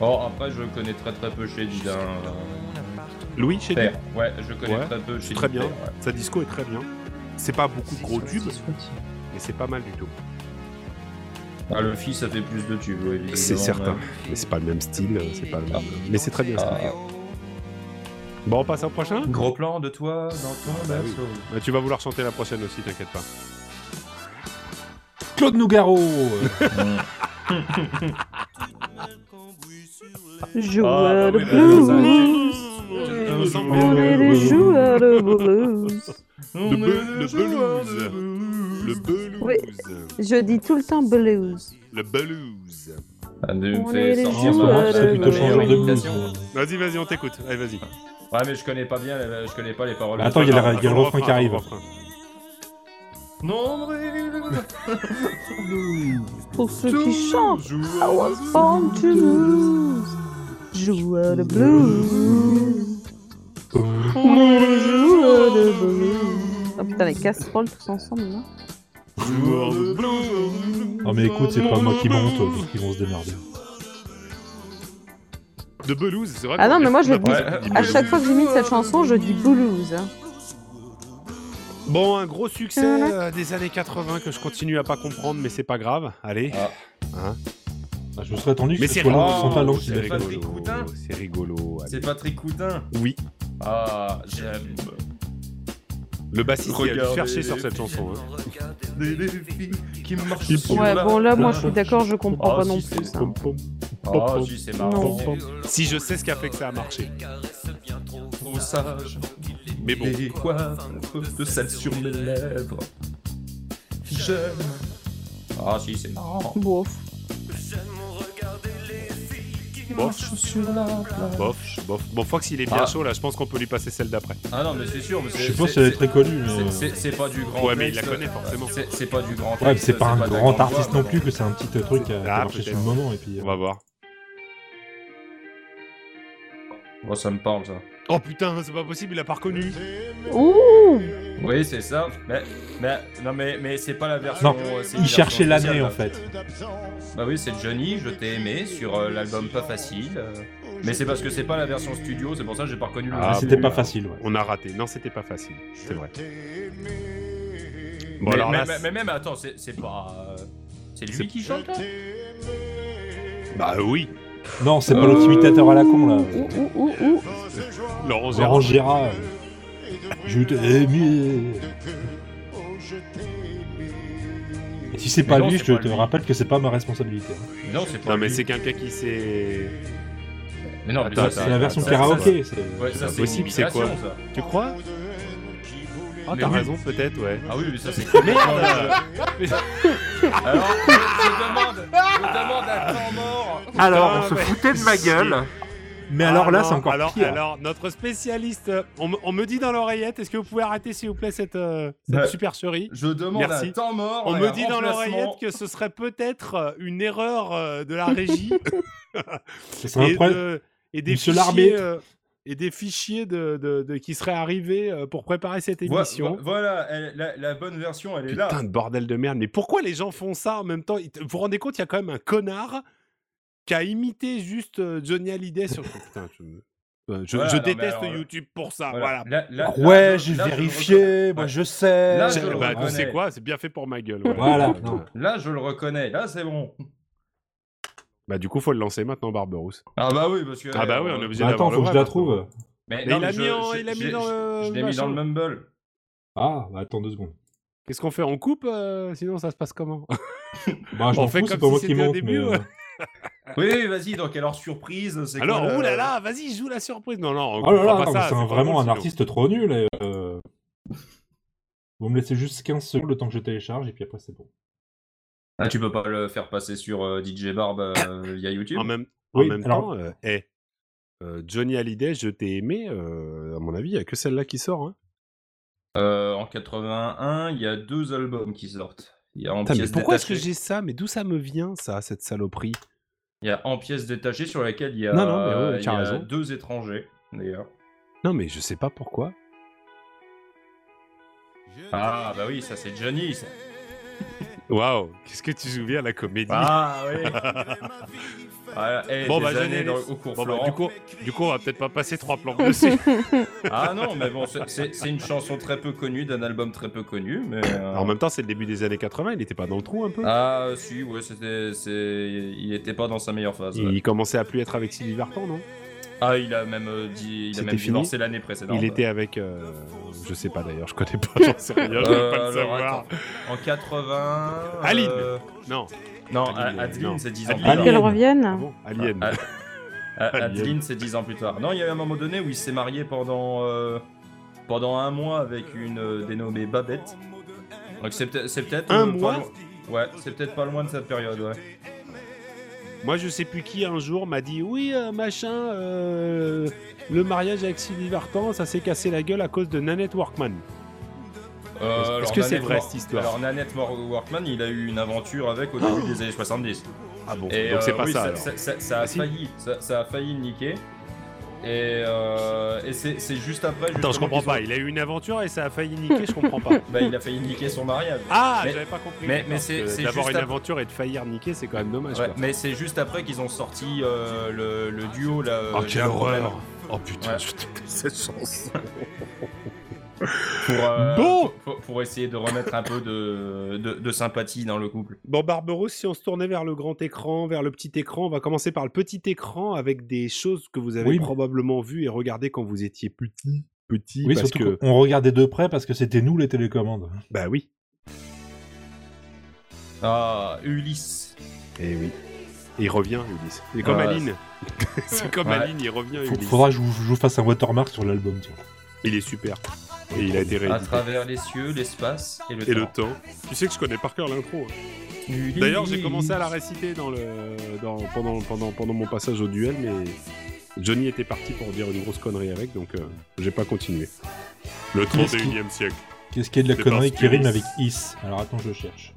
E: Oh, après, je connais très très peu chez Dib. hein.
C: Louis, chez
E: Père. Ouais, je connais
C: Ouais.
E: très peu chez
C: Très
E: Dib,
C: bien.
E: Père, ouais.
C: Sa disco est très bien. C'est pas beaucoup de gros tubes, mais c'est pas mal du tout.
E: Ah, le fils, ça fait plus de tubes, oui, évidemment.
C: C'est certain.
E: ouais.
C: Mais c'est pas le même style, c'est pas le même.
E: Ah.
C: Mais c'est très bien.
E: Ah.
C: ça. Bon, on passe au prochain.
E: Gros plan de toi dans ton
C: bah oui.
E: berceau.
C: Bah, tu vas vouloir chanter la prochaine aussi, t'inquiète pas.
D: Claude Nougaro euh.
F: Joueur de
E: oui, bah, ça,
F: blues. On est les joueurs de blues.
C: Le, be- le belouse. Le belouse.
F: Oui. Je dis tout le temps blues.
C: Le belouse.
E: Ah, mais
F: On
E: me
F: est
E: fait
F: les
E: sortir
F: joueurs
E: ma- ma
F: de
D: Ah, plutôt
F: blues.
D: changeur de
E: meilleure
D: blues.
E: imitation.
C: Vas-y, vas-y, on t'écoute. Allez, vas-y.
E: Ouais, mais je connais pas bien, la- je connais pas les paroles.
D: Attends, il y a la- il y a le refrain qui arrive.
E: Nombril
F: Pour ceux qui chantent, I was born to lose. Joueur de blues. On est les joueurs de blues. Oh putain, les casseroles tous ensemble, non
D: Non Ah, mais écoute, c'est pas moi qui monte, donc ils vont se démerder.
C: De belouse, c'est vrai.
F: Ah non, mais moi, je le dis.
E: Ouais.
F: À chaque fois que j'imite cette chanson, je dis blues. hein.
C: Bon, un gros succès euh, des années 80 que je continue à pas comprendre, mais c'est pas grave. Allez.
E: Ah.
D: Ah, je me serais attendu que
C: Mais
D: ce
C: c'est
D: soit
E: rare.
D: l'un de son talent qui
E: C'est
D: l'ait
E: pas
D: fait.
E: des coudins.
C: C'est rigolo. allez.
E: C'est Patrick Coudin
C: Oui.
E: Ah, j'aime.
C: Le bassiste il a dû
E: Regardez
C: chercher sur
E: les
C: cette chanson. hein.
E: Des des filles qui marchent
C: Il
E: sur
F: Ouais,
E: la
F: bon, là, moi, je
E: plage.
F: suis d'accord, je comprends
E: Ah,
F: pas
E: si,
F: non
E: c'est-
F: plus. hein.
E: Ah, si, c'est marrant.
F: Non.
C: Si je sais ce qui a fait que ça a marché.
E: Trop sage.
C: Mais bon.
E: Des coiffes de sel sur mes lèvres. J'aime. Ah, si, c'est marrant.
F: Bof.
C: Bof,
E: sur la plage.
C: bof, bof. Bon, Fox, il est bien
E: Ah.
C: chaud là. Je pense qu'on peut lui passer celle d'après.
E: Ah non, mais c'est sûr. Mais
D: Je suppose qu'elle est très connue,
E: C'est-
D: mais... euh,
E: C'est c'est pas du grand
C: Ouais, mais il la
E: texte.
C: connaît forcément.
E: C'est c'est pas du grand
D: Ouais, mais
E: texte,
D: c'est pas un
E: de la
D: grand
E: grande
D: artiste
E: voix,
D: non plus, que c'est un petit euh, truc euh, qui
C: Ah,
D: a marché sur le
C: peut-être.
D: moment, et puis... euh,
C: On va voir.
E: Moi, ça me parle, ça.
C: Oh putain, c'est pas possible, il a pas reconnu.
F: Ouh
E: Oui, c'est ça. Mais, mais, non, mais, mais c'est pas la version.
D: Non,
E: euh, c'est une
D: Il
E: version
D: cherchait l'année,
E: spéciale.
D: en fait.
E: Bah oui, c'est Johnny, je t'ai aimé sur euh, l'album Pas Facile. euh, Mais c'est parce que c'est pas la version studio, c'est pour ça que j'ai pas reconnu le
C: Ah,
E: nom.
D: C'était
C: bon.
D: pas facile, ouais.
C: On a raté. Non, c'était pas facile. C'est vrai. Bon,
E: mais,
C: alors
E: mais-
C: là,
E: mais- mais même, attends, c'est c'est pas. euh, C'est
C: C'est-
E: lui qui chante là
C: c'est- Bah oui.
D: Non, c'est pas l'autre
E: Euh,
D: imitateur à la con, là.
F: Ouh, ouh, ouh, ouh
C: Laurent Gérard.
D: Laurent Gérard. euh, Je t'ai aimé. Et si c'est
E: Mais
D: pas
E: non,
D: lui,
E: c'est
D: je
E: pas
D: te
E: lui.
D: rappelle que c'est pas ma responsabilité. hein.
E: Non, c'est pas.
C: Non, mais
E: lui.
C: c'est quelqu'un qui s'est.
E: Mais non, mais
C: Attends,
E: ça,
D: C'est la version
E: ça,
D: karaoké. c'est-
E: ça, Ouais, ça,
C: pas
E: c'est
C: possible, c'est quoi
E: imitation, ça.
C: Tu crois Ah,
E: Mais
C: t'as
E: oui.
C: raison, peut-être, ouais.
E: Ah oui, mais ça c'est. Merde Alors, je, je demande, je demande à temps mort.
C: Alors, on se
D: foutait
C: de ma gueule.
D: Mais alors là,
C: non,
D: c'est encore
C: alors,
D: pire.
C: Alors, notre spécialiste, euh, on, me- on me dit dans l'oreillette, est-ce que vous pouvez arrêter, s'il vous plaît, cette, euh, cette
E: Ouais.
C: supercherie
E: Je demande
C: Merci.
E: à temps mort.
C: On
E: et
C: me
E: un
C: dit dans
E: remplacement.
C: l'oreillette que ce serait peut-être euh, une erreur euh, de la régie
D: C'est un
C: et,
D: problème.
C: de- et des
D: Monsieur
C: fichiers,
D: l'arbitre.
C: euh, et des fichiers de, de- de- qui seraient arrivés euh, pour préparer cette
E: Voi-
C: émission.
E: vo- Voilà, elle- la, la bonne version, elle est bah, là.
C: Putain de bordel de merde, mais pourquoi les gens font ça en même temps Ils- Vous vous rendez compte, il y a quand même un connard qui a imité juste euh, Johnny Hallyday sur... Putain, je, euh, je-
E: Voilà,
C: je
E: non, mais
C: déteste
E: alors,
C: YouTube pour ça,
E: Voilà.
C: ah, voilà.
E: Là- là- là,
D: Ouais,
E: je-
D: j'ai
E: là, je le
D: vérifié,
E: reconnais.
D: moi je sais.
E: Là, je
C: J'ai- bah,
E: le
C: tu
E: reconnais.
C: sais quoi, c'est bien fait pour ma gueule.
D: Voilà,
C: Euh,
D: non.
E: Là, je le reconnais. Là, c'est bon.
C: Bah du coup, faut le lancer maintenant, Barberousse.
E: Ah bah oui, parce que.
C: Ah bah oui,
E: euh,
C: on est obligé
D: Bah,
C: d'avoir
D: attends,
C: le
D: faut que je
C: vrai
D: la
C: maintenant.
D: trouve.
E: Mais,
C: Mais
E: non,
C: il a
E: je-
C: mis en-
E: je-
C: il a mis
E: je-
C: dans le
E: Je l'ai mis dans le
C: machin.
E: mumble.
D: Ah, bah, attends deux secondes.
C: Qu'est-ce qu'on fait On coupe euh, Sinon, ça se passe comment
D: Bah, je
C: On
D: m'en
C: fait
D: fous, c'est
C: comme
D: pas
C: si
D: moi qui
C: c'était au
D: monte.
C: début,
D: mais,
C: ouais.
D: euh,
E: Oui, oui, vas-y. Donc alors surprise, c'est
C: Ah. Alors,
E: quoi, la-
C: oulala, là là, vas-y, joue la surprise. Non, non,
D: Oh
C: on
D: là
C: comprend
D: là,
C: pas
D: non, mais
C: ça.
D: c'est un-
C: pas
D: vraiment
C: drôle,
D: un
C: sinon.
D: artiste trop nul. et, euh, Vous me laissez juste 15 secondes le temps que je télécharge et puis après c'est bon.
E: Ah, tu peux pas le faire passer sur euh, DJ Barb euh, via YouTube
C: En même,
D: Oui,
C: en même
D: alors-
C: temps, euh, hey, euh, Johnny Hallyday, je t'ai aimé, euh, à mon avis, il n'y a que celle-là qui sort. hein.
E: Euh, En 81, il y a deux albums qui sortent. Il y a en
C: Putain, mais
E: pièces
C: pourquoi est-ce que
E: détachées.
C: j'ai ça Mais d'où ça me vient, ça, cette saloperie
E: Il y a en pièces détachées sur laquelle il y a,
C: Non, non, mais ouais,
E: euh, il y
C: t'as
E: a
C: raison.
E: deux étrangers d'ailleurs.
C: Non, mais je sais pas pourquoi.
E: Ah bah oui, ça c'est Johnny. ça.
C: Waouh, qu'est-ce que tu souviens à la comédie
E: Ah oui. Ah, eh,
C: Bon,
E: des
C: bah, Johnny
E: années
C: Hallyday.
E: dans- au cours
C: Bon, bah,
E: Florent.
C: du, coup, du coup, on va peut-être pas passer trois plans dessus.
E: Ah non, mais bon, c'est- c'est c'est une chanson très peu connue d'un album très peu connu, mais. euh,
C: en même temps, c'est le début des années 80, il n'était pas dans le trou un peu
E: Ah si, ouais, c'était, c'est, il était pas dans sa meilleure phase. ouais.
C: Il commençait à plus être avec Sylvie Vartan, non
E: Ah, il a même euh, dit, il a
C: C'était
E: même
C: fini
E: divorcé l'année précédente.
C: Il était avec. euh, je sais pas d'ailleurs, je connais pas, j'en sais rien, je
E: Euh,
C: vais pas le
E: alors,
C: savoir.
E: attends. En 80. euh,
C: Aline. Non,
E: Non,
C: Aline,
E: A- Adeline,
C: non.
E: c'est 10 ans plus
C: Aline.
E: tard.
F: Qu'elle
C: Alien.
F: revienne.
C: Ah bon, Alien.
E: Ah, A-
C: Aline.
E: Adeline, c'est 10 ans plus tard. Non, il y a eu un moment donné où il s'est marié pendant, euh, pendant un mois avec une euh, dénommée Babette. Donc c'est peut-être. c'est peut-être,
C: Un
E: euh, pas
C: mois
E: loin- Ouais, c'est peut-être pas loin de cette période, ouais.
C: Moi, je sais plus qui un jour m'a dit Oui, euh, machin, euh, le mariage avec Sylvie Vartan, ça s'est cassé la gueule à cause de Nanette Workman.
E: Euh,
C: Est-ce
E: alors,
C: que c'est
E: Nanette
C: vrai,
E: Wor-
C: cette histoire
E: Alors Nanette Mor- Workman, il a eu une aventure avec au début des années 70.
C: Ah bon
E: Et
C: Donc, c'est
E: euh,
C: pas
E: oui,
C: ça, alors.
E: Ça, ça- ça a
C: Ah, si.
E: failli, ça, ça a failli le niquer. Et, euh, et c'est c'est juste après.
C: Attends, je
E: justement,
C: comprends
E: qu'ils ont-
C: pas. Il a eu une aventure et ça a failli niquer, je comprends pas.
E: Bah, il a failli niquer son mariage.
C: Ah,
E: Mais-
C: j'avais pas compris.
E: mais-
C: d'accord,
E: mais c'est-
C: parce que
E: c'est
C: D'avoir
E: juste
C: une
E: après-
C: aventure et de faillir niquer, c'est quand même dommage.
E: Ouais,
C: quoi.
E: mais c'est juste après qu'ils ont sorti euh, le, le duo là. euh,
C: Oh,
E: J'ai
C: quelle
E: un problème
C: horreur Oh putain,
E: Ouais.
C: je te cette chance
E: Pour, euh,
C: Bon.
E: pour, pour essayer de remettre un peu de, de, de sympathie dans le couple.
C: Bon, Barberos, si on se tournait vers le grand écran, vers le petit écran, on va commencer par le petit écran avec des choses que vous avez
D: Oui.
C: probablement vues et regardées quand vous étiez petit. Petit,
D: Oui,
C: parce
D: surtout
C: que.
D: qu'on regardait de près parce que c'était nous les télécommandes.
C: Bah oui.
E: Ah, Ulysse.
C: Et Eh oui. Il revient, Ulysse. C'est comme
E: Ouais,
C: Aline. C'est comme
E: Ouais.
C: Aline, Ah, il revient,
D: Faut-
C: Ulysse.
D: faudra que je vous, je vous fasse un watermark sur l'album. tiens.
C: Il est super. Et il a été
E: À
C: réédité.
E: travers les cieux, l'espace et le
C: Bah, Et
E: temps.
C: le temps. Tu sais que je connais par cœur l'intro. hein.
E: Ulysse.
C: D'ailleurs, j'ai commencé à la réciter dans le, dans, pendant, pendant, pendant mon passage au duel, mais Johnny était parti pour dire une grosse connerie avec, donc euh, j'ai pas continué. Le
D: Qu'est-ce qui-
C: 31e siècle.
D: Qu'est-ce qu'il y a de la
C: C'est
D: connerie
C: parce
D: qui
C: que-
D: rime avec is Alors attends, je cherche.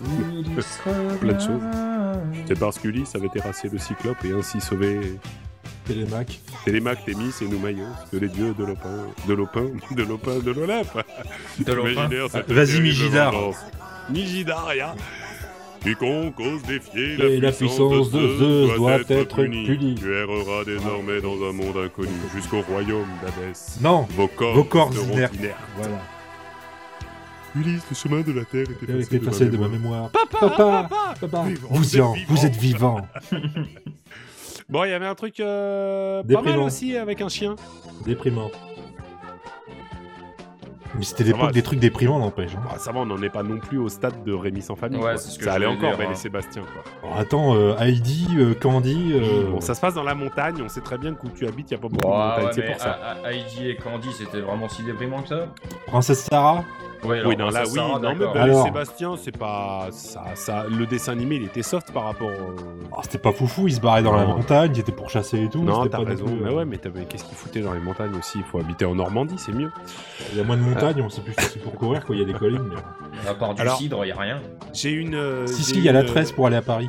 E: Ulysse
C: Plein de choses.
E: revient.
C: C'est parce qu'Ulysse avait terrassé le cyclope et ainsi sauvé
D: Télémac.
C: Télémac, Thémis et Noumaïos, que les dieux de l'Opin, de l'Opin, de l'Opin, de l'Olympe.
E: De l'Opin.
C: Imaginaire, cette
D: Ah, vas-y,
C: terrible
D: Migidar.
C: vengeance. Migidaria. Quiconque ose défier
D: Et la puissance de Zeus doit être punie.
C: Tu erreras désormais dans un monde inconnu jusqu'au royaume d'Hadès.
D: Non
C: Vos corps,
D: Vos corps
C: seront
D: inertes.
C: inertes.
D: Voilà.
C: Ulysse, le chemin de la terre était
D: Elle
C: passé,
D: était passée de ma mémoire. Papa Papa, Vous,
C: Vous êtes
D: en- vous êtes vivant
C: Bon, il y avait un truc euh, pas mal
D: Déprimant.
C: aussi avec un chien.
D: Déprimant. Mais c'était
C: va.
D: l'époque des trucs déprimants, n'empêche. hein.
C: Ah, ça va, on n'en est pas non plus au stade de Rémi sans famille.
E: Ouais,
C: quoi.
E: c'est ce que
C: ça
E: je
C: allait
E: voulais
C: encore,
E: dire,
C: Belle
E: hein.
C: et Sébastien. Quoi.
D: Alors, attends, euh, Heidi, euh, Candy. euh,
C: Bon, ça se passe dans la montagne, on sait très bien que où tu habites, il n'y a pas beaucoup de
E: Ouais,
C: montagne,
E: ouais,
C: c'est
E: mais
C: pour ça.
E: A- A- Heidi et Candy, c'était vraiment si déprimant que ça
D: Princesse Sarah
E: Oui,
C: oui, non, là, oui, non, mais Belle et
D: Alors.
C: Sébastien, c'est pas. Ça, ça... Le dessin animé, il était soft par rapport. au-
D: Alors, Ah, C'était pas foufou, ils se barraient dans la
C: Non.
D: montagne, ils étaient pourchassés et tout.
C: non,
D: c'était
C: t'as
D: pas non
C: raison.
D: plus, euh,
C: Mais ouais, mais, t'as- mais qu'est-ce qu'ils foutaient dans les montagnes aussi Il faut habiter en Normandie, c'est mieux.
D: Il y a moins
C: euh,
D: de montagnes, on sait plus si c'est pour courir, quoi. Il y a des collines. mais-
E: À part du
C: Alors-
E: cidre, y a rien.
C: J'ai une. euh,
D: Si,
C: j'ai
D: si, il y a la
C: une, euh,
D: 13 pour aller à Paris.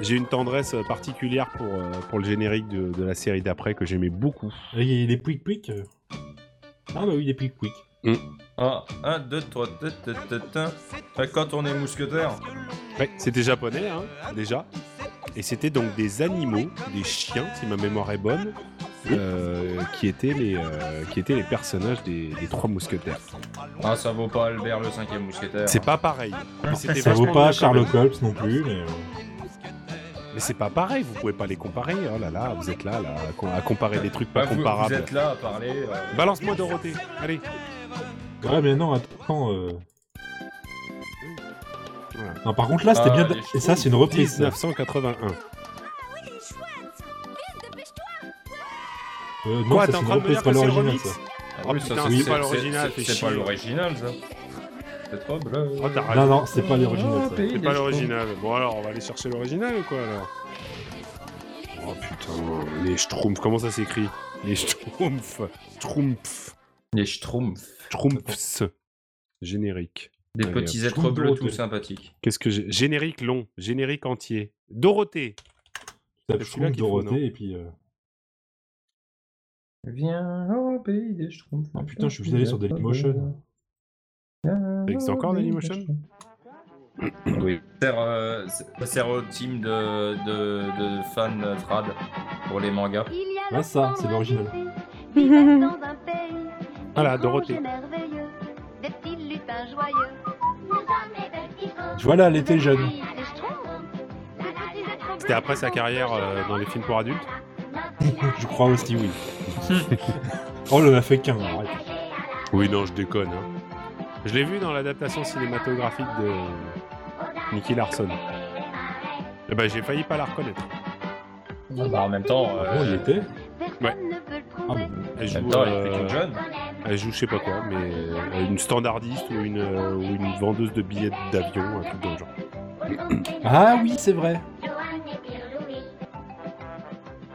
C: J'ai une tendresse particulière pour, euh, pour le générique de, de la série d'après que j'aimais beaucoup.
D: Et Il y a les Pouic Pouic. euh. Ah, bah oui, les Pouic Pouic.
E: Ah, 1, 2, 3, Quand on est mousquetaire.
C: Ouais, c'était japonais, hein, déjà. Et c'était donc des animaux, des chiens, si ma mémoire est bonne, euh, qui, étaient les, euh, qui étaient les personnages des, des trois mousquetaires.
E: Ah, ça vaut pas Albert le cinquième mousquetaire.
C: C'est pas pareil. Mais c'était
D: Ça vaut
C: vachement
D: pas
C: bien quand même.
D: Sherlock Holmes non plus, mais. euh,
C: Mais c'est pas pareil, vous pouvez pas les comparer. Oh là là, vous êtes là, là à com- à comparer des trucs pas
E: Ah, vous, vous
C: comparables.
E: êtes là à parler. euh,
C: Balance-moi Dorothée, allez.
D: Ouais, mais non, attends. euh,
C: Voilà.
D: Non, par contre, là, c'était
E: Ah,
D: bien.
E: les
D: Et ça, c'est une reprise. ça.
C: 1981.
D: Euh, non, ça,
C: Quoi,
D: c'est
C: t'es en
D: une
C: train de me
D: reprise,
C: dire
D: pas
C: que c'est le
D: l'original,
C: remix
D: ça.
E: ah
C: Oh
E: oui, ça,
C: putain, c'est pas l'original,
E: c'est-
C: fait
E: C'est pas
C: chier.
E: l'original, ça. Peut-être bleu. Oh,
C: Oh, t'as
D: Non,
C: raison.
D: non, c'est pas
E: Ah,
D: l'original. ça.
C: C'est pas l'original. Bon, alors, on va aller chercher l'original ou quoi, alors Oh putain, les Schtroumpfs, comment ça s'écrit Les Schtroumpfs. Schtroumpfs.
E: Les schtroumpfs.
C: Schtroumpfs. Générique.
E: Des
C: Allez,
E: petits
C: hop.
E: êtres bleus tout
D: Dorothée.
E: sympathiques.
C: Qu'est-ce que j'ai Générique long, générique entier. Dorothée.
D: Tape
C: C'est celui-là
D: Schtroumpf,
C: qu'il faut, non
D: Dorothée, et puis. euh,
E: Viens au pays des schtroumpfs.
D: Ah, putain, je suis obligé d'aller sur Dailymotion.
E: Ça
C: existe encore, Dailymotion
E: Oui. Sert, euh, ça sert au team de, de, de fans euh, trad pour les mangas.
I: Ouais, ça, c'est l'original.
C: Voilà, Dorothée.
D: Tu vois, là, elle était jeune.
C: C'était après sa carrière euh, dans les films pour adultes
D: Je crois aussi, oui. oh, le a fait qu'un, arrête.
C: Oui, non, je déconne. hein. Je l'ai vu dans l'adaptation cinématographique de Nicky Larson. Eh ben, j'ai failli pas la reconnaître.
E: Ah bah, en même temps, euh,
D: Bon, Oh, il était Ah,
I: Ouais.
D: bon.
C: Elle
E: en
C: joue,
E: même temps, elle est
C: euh,
E: plus toute jeune.
C: elle joue je sais pas quoi, mais euh, une standardiste ou une, euh, ou une vendeuse de billets d'avion, un truc dans le genre.
D: Ah oui, c'est vrai.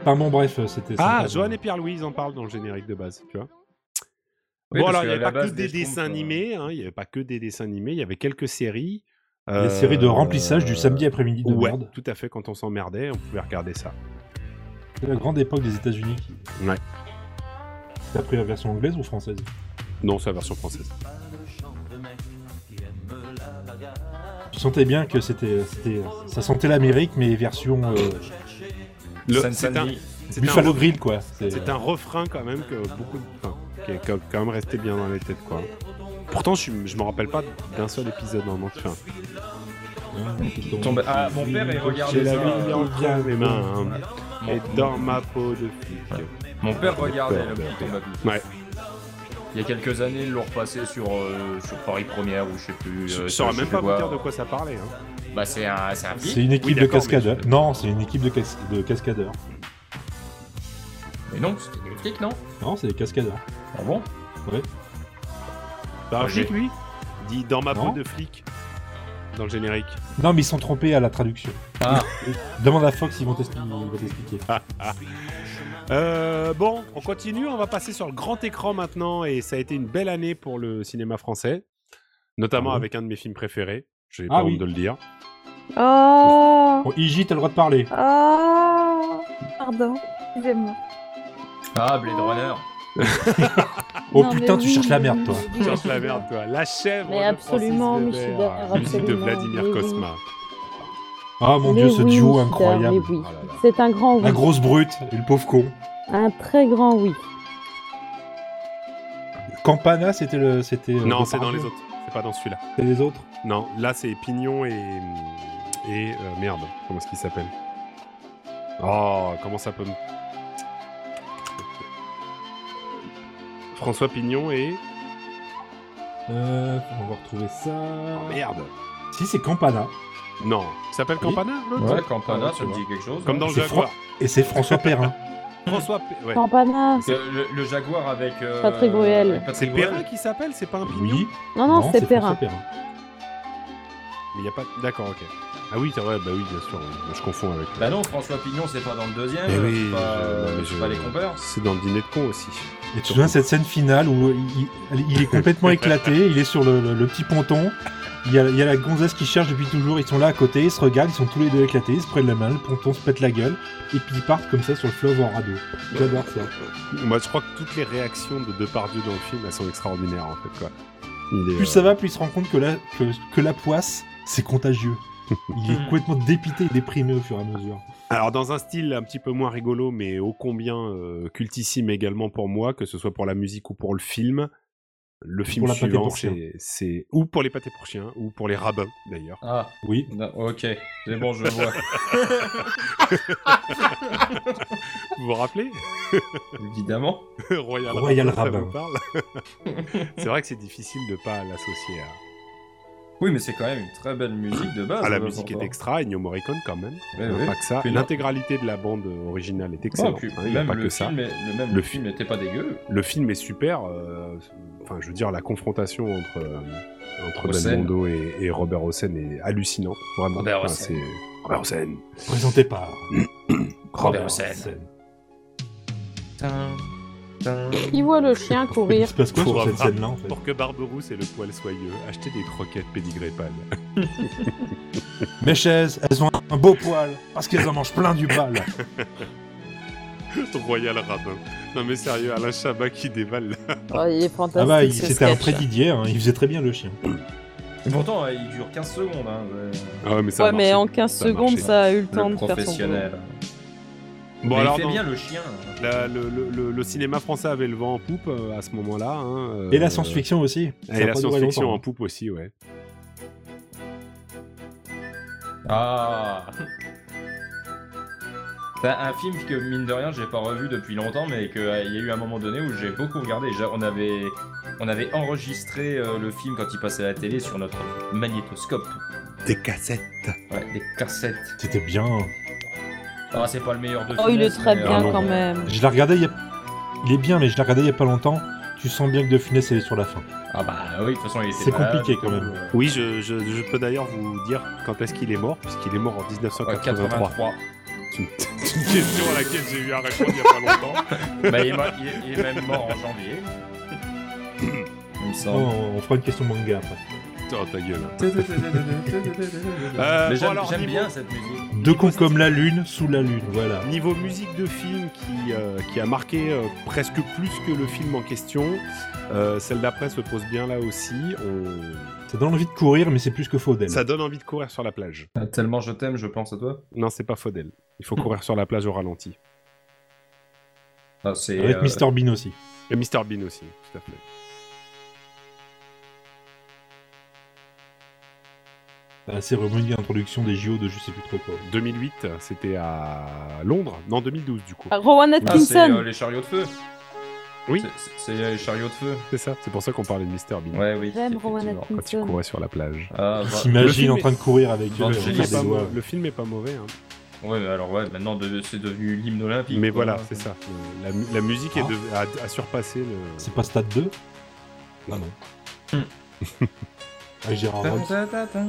D: Enfin bon, bref, euh, c'était
C: Ah,
D: sympa.
C: Johan et Pierre-Louise en parlent dans le générique de base, tu vois.
E: Oui,
C: bon,
E: parce
C: alors,
E: que
C: il n'y
E: à la
C: avait pas que
E: base,
C: des
E: les Schtroumpfs,
C: dessins
E: euh,
C: animés, hein, il n'y avait pas que des dessins animés, il y avait quelques séries.
D: Les séries de remplissage du samedi après-midi de
C: Euh, Ouais,
D: merde.
C: tout à fait, quand on s'emmerdait, on pouvait regarder ça.
D: C'est la grande époque des États-Unis. qui-
C: Ouais.
D: T'as pris la version anglaise ou française
C: Non, c'est la version française.
D: Tu sentais bien que c'était, c'était, ça sentait l'Amérique, mais version euh,
C: Le-
E: San
C: c'est un,
E: Sandy.
C: c'est un
D: Buffalo Grill, quoi. C'est-
C: C'est un refrain quand même que beaucoup de... enfin, qui est quand quand même resté bien dans les têtes quoi. Pourtant je, suis- je me rappelle pas d'un seul épisode en entier. Enfin,
E: Tombe- Ah, mon père est
C: J'ai
E: regardé
C: la
E: ça.
C: vie
E: euh,
C: entre mes mains hein, et
E: mon-
C: dans ma peau de
D: Euh,
C: flic.
E: Mon père regardait
C: peur,
E: le
C: peur,
E: petit
C: peur.
E: Tombabou.
C: Ouais.
E: Il y a quelques années, ils l'ont repassé sur, euh, sur Paris Première ou je sais plus.
C: Je
E: euh,
C: je saurais
E: sur-
C: même
E: je
C: pas vous
E: vois.
C: dire de quoi ça parlait. hein.
E: Bah, c'est un, c'est un film.
D: C'est une équipe de
C: d'accord, mais
D: cascadeurs.
C: je-
D: Non, c'est une équipe de, cas- de cascadeurs.
E: Mais non, c'était des flics, non
D: Non, c'est des cascadeurs.
E: Ah bon
C: Bah
E: Ok.
C: juste lui Bah, dit dans ma
D: Non.
C: peau de flic dans le générique.
D: Non, mais ils sont trompés à la traduction.
E: Ah.
D: Demande à Fox, ils vont t'expliquer. ils vont t'expliquer.
C: Ah. Euh, bon, on continue, on va passer sur le grand écran maintenant et ça a été une belle année pour le cinéma français, notamment
D: Ah bon
C: avec un de mes films préférés. J'ai
D: Ah
C: pas
D: oui.
C: honte de le dire.
F: Oh
D: Bon, IJ, t'as le droit de parler.
F: Oh Pardon, excusez-moi.
E: Ah, Blade Runner.
D: Oh
J: Non, mais
D: putain, tu
J: oui,
D: cherches la
J: mais
D: merde,
J: oui,
D: toi.
J: oui,
C: Tu
J: oui,
C: cherches la
J: oui.
C: merde, toi. La chèvre.
J: Mais
C: de
J: absolument,
C: Francis
J: Michel
C: Weber.
J: Weber,
C: Musique de
J: absolument.
C: Vladimir
J: Mais oui.
C: Cosma.
D: Ah mon
J: Mais
D: dieu, ce
J: oui,
D: duo
J: Mister,
D: incroyable.
J: mais oui.
D: Ah là là.
J: C'est un grand oui.
D: La grosse brute et le pauvre con.
J: Un très grand oui.
D: Campana, c'était le, c'était. euh,
C: Non,
D: le
C: c'est dans les
D: parapluie.
C: autres. C'est pas dans celui-là.
D: C'est les autres.
C: Non, là, c'est Pignon et. Et. euh, merde, comment est-ce qu'il s'appelle Oh, comment ça peut me. François Pignon et.
D: Euh, on va retrouver ça.
C: Oh, merde
D: Si c'est Campana
C: Non. Il s'appelle
D: Oui.
C: Campana, l'autre
E: Ouais, Campana,
D: Ouais,
E: ça
D: tu
E: me
D: vois.
E: dit quelque chose. hein.
C: Comme dans le
D: C'est
C: Jaguar.
D: et c'est François Perrin.
C: François. P- ouais.
J: Campana.
E: Euh, Le, le Jaguar avec. euh,
J: Patrick Bruel.
E: avec
C: C'est
E: Patrick
C: Perrin
E: Bruel.
C: qui s'appelle, c'est pas un Pignon
D: oui.
J: Non, non, c'est Perrin.
D: François Perrin.
C: Mais y a pas. D'accord, ok. Ah oui, t'as- ouais, bah oui, bien sûr. oui. Je confonds avec.
E: Bah non, François Pignon, c'est pas dans le deuxième.
C: Mais
E: euh,
C: Eh oui,
E: c'est pas,
C: je- non, mais
E: c'est
C: je-
E: pas les compères.
C: C'est dans le dîner de con aussi.
D: Et tu te souviens de cette scène finale où il, il- il est complètement éclaté, il est sur le, le- le petit ponton. Il y, a, il y a la gonzesse qui cherche depuis toujours, ils sont là à côté, ils se regardent, ils sont tous les deux éclatés, ils se prennent la main, le ponton se pète la gueule, et puis ils partent comme ça sur le fleuve en radeau. J'adore ça.
C: Moi, je crois que toutes les réactions de Depardieu dans le film, elles sont extraordinaires, en fait, quoi. Il est,
D: Plus
C: euh,
D: ça va, plus il se rend compte que la, que, que la poisse, c'est contagieux. Il est complètement dépité et déprimé au fur et à mesure.
C: euh, Alors, dans un style un petit peu moins rigolo, mais ô combien euh, cultissime également pour moi, que ce soit pour la musique ou pour le film, le film
D: pour la pâté
C: suivant,
D: pour chien.
C: c'est- c'est... Ou pour les pâtés pour chiens, ou pour les rabbins, d'ailleurs.
E: Ah,
D: Oui.
E: non, ok. C'est bon, je vois.
C: Vous vous rappelez
E: Évidemment.
C: Royal,
D: Royal
C: Rabbin, ça
D: Rabbin.
C: vous parle c'est vrai que c'est difficile de pas l'associer à...
E: Oui, mais c'est quand même une très belle musique de base.
C: Ah, la
E: euh,
C: musique est
E: pourtant.
C: extra, Ennio Morricone quand même.
E: Ouais,
C: Euh,
E: ouais.
C: Pas que ça.
E: Puis là-
C: L'intégralité de la bande originale est
E: Oh,
C: excellente.
E: puis
C: hein, il y a
E: même
C: pas
E: le
C: que ça.
E: film est- le même
C: Le
E: le
C: fi-
E: film n'était pas dégueu.
C: le film est super. euh, Enfin, je veux dire, la confrontation entre euh, entre
E: Hossein.
C: Belmondo et, et Robert Hossein est hallucinant, vraiment.
E: Robert
C: Enfin,
E: Hossein.
C: c'est- Robert Hossein.
D: Présenté par
E: Robert Hossein.
J: Il voit le chien courir.
D: Il se passe quoi
C: Pour
D: sur cette
C: avoir-
D: scène-là en fait
C: Pour que Barberousse et le poil soyeux, achetez des croquettes pédigrépales.
D: Mes chaises, elles ont un beau poil parce qu'elles en mangent plein du bal.
C: Royal Rabbin. Non mais sérieux, Alain Chabat qui dévale.
J: Oh, il est fantastique.
D: Ah bah, il-
J: ce
D: c'était un
J: sketch.
D: prédidier, hein, il faisait très bien le chien.
E: Et pourtant, euh, il dure 15 secondes. Hein, ouais.
C: Ah ouais, mais ça
J: Ouais,
C: a
J: mais
C: marché.
J: en 15
C: Ça a
J: secondes,
C: marché.
J: ça a eu le temps
E: Le
J: de faire son boulot.
E: professionnel.
C: Bon
E: Mais
C: alors,
E: il fait
C: non,
E: bien le chien.
C: la- le, le- le- le cinéma français avait le vent en poupe euh, à ce moment-là. hein, euh,
D: Et la science-fiction aussi. Ça
C: Et
D: a
C: la
D: pas duré
C: science-fiction
D: longtemps,
C: en
D: hein.
C: poupe aussi, ouais.
E: Ah C'est Bah, un film que, mine de rien, j'ai pas revu depuis longtemps, mais qu'il y a eu un moment donné où j'ai beaucoup regardé. J'ai- On avait, on avait enregistré euh, le film quand il passait à la télé sur notre magnétoscope.
C: Des cassettes.
E: Ouais, des cassettes.
D: C'était bien.
E: Ah, c'est pas le meilleur de
J: Oh, il est
E: Funès,
J: très
E: mais,
J: bien
E: euh,
J: quand même.
D: Je l'ai regardé il y a... Il est bien, mais je l'ai regardé il y a pas longtemps. Tu sens bien que De Funès, elle est sur la fin.
E: Ah bah oui, de toute façon, il était
D: C'est
E: malade,
D: compliqué, quand
E: donc,
D: même.
E: euh,
C: Oui, je, je- je peux d'ailleurs vous dire quand est-ce qu'il est mort, puisqu'il est mort en
E: ouais,
C: 1983.
E: 83.
C: C'est une question à laquelle j'ai eu à répondre il y a pas longtemps.
E: bah, il est, mo- il est- il est même mort en janvier. Il me
D: Non,
E: semble.
D: Oh, on on fera une question manga après.
C: Putain, ta gueule. Euh,
E: Mais
C: bon,
E: j'aime
C: alors,
E: j'aime
C: niveau-
E: bien cette musique.
D: Deux cons comme la lune, sous la lune, voilà.
C: Niveau musique de film qui, euh, qui a marqué euh, presque plus que le film en question, euh, celle d'après se pose bien là aussi. On-
D: Ça donne envie de courir, mais c'est plus que faux d'elle.
C: Ça donne envie de courir sur la plage.
E: Ah, Tellement je t'aime, je pense à toi.
C: Non, c'est pas Faudel. Il faut courir sur la plage au ralenti.
E: Ah, c'est
D: Avec
E: euh,
D: Mr Bean aussi.
C: Et Mr Bean aussi, tout à fait.
D: T'as assez remué l'introduction des JO de je sais plus trop quoi.
C: 2008, c'était à Londres. Non, 2012 du coup.
J: Ah, Rowan
E: ah, c'est
J: Atkinson.
E: euh, les chariots de feu.
C: Oui.
E: C'est- c'est- C'est euh, les chariots de feu.
C: C'est ça. C'est pour ça qu'on parlait de Mr Bean.
E: Ouais, oui.
J: J'aime
E: effectivement.
J: Rowan
C: Quand il
J: Atkinson.
C: courait sur la plage.
D: Il
E: Ah, bah,
C: le
D: s'imagine
C: film
D: en
C: est-
D: train de courir avec eux,
E: Le
D: en
C: Le
E: film
D: faire
C: film,
E: est
D: des
C: est pas
D: doigts.
C: mau- le film est pas mauvais. hein.
E: ouais, mais alors ouais, maintenant de- c'est devenu l'hymne olympique.
C: Mais
E: quoi.
C: voilà, c'est ça. Le- La, mu- la musique est de- a, a surpassé le.
D: euh, Ah. C'est pas Stade 2 Ah non. Avec Ah, Gérard
E: Ta-
D: Rolls.
E: ta- ta- ta.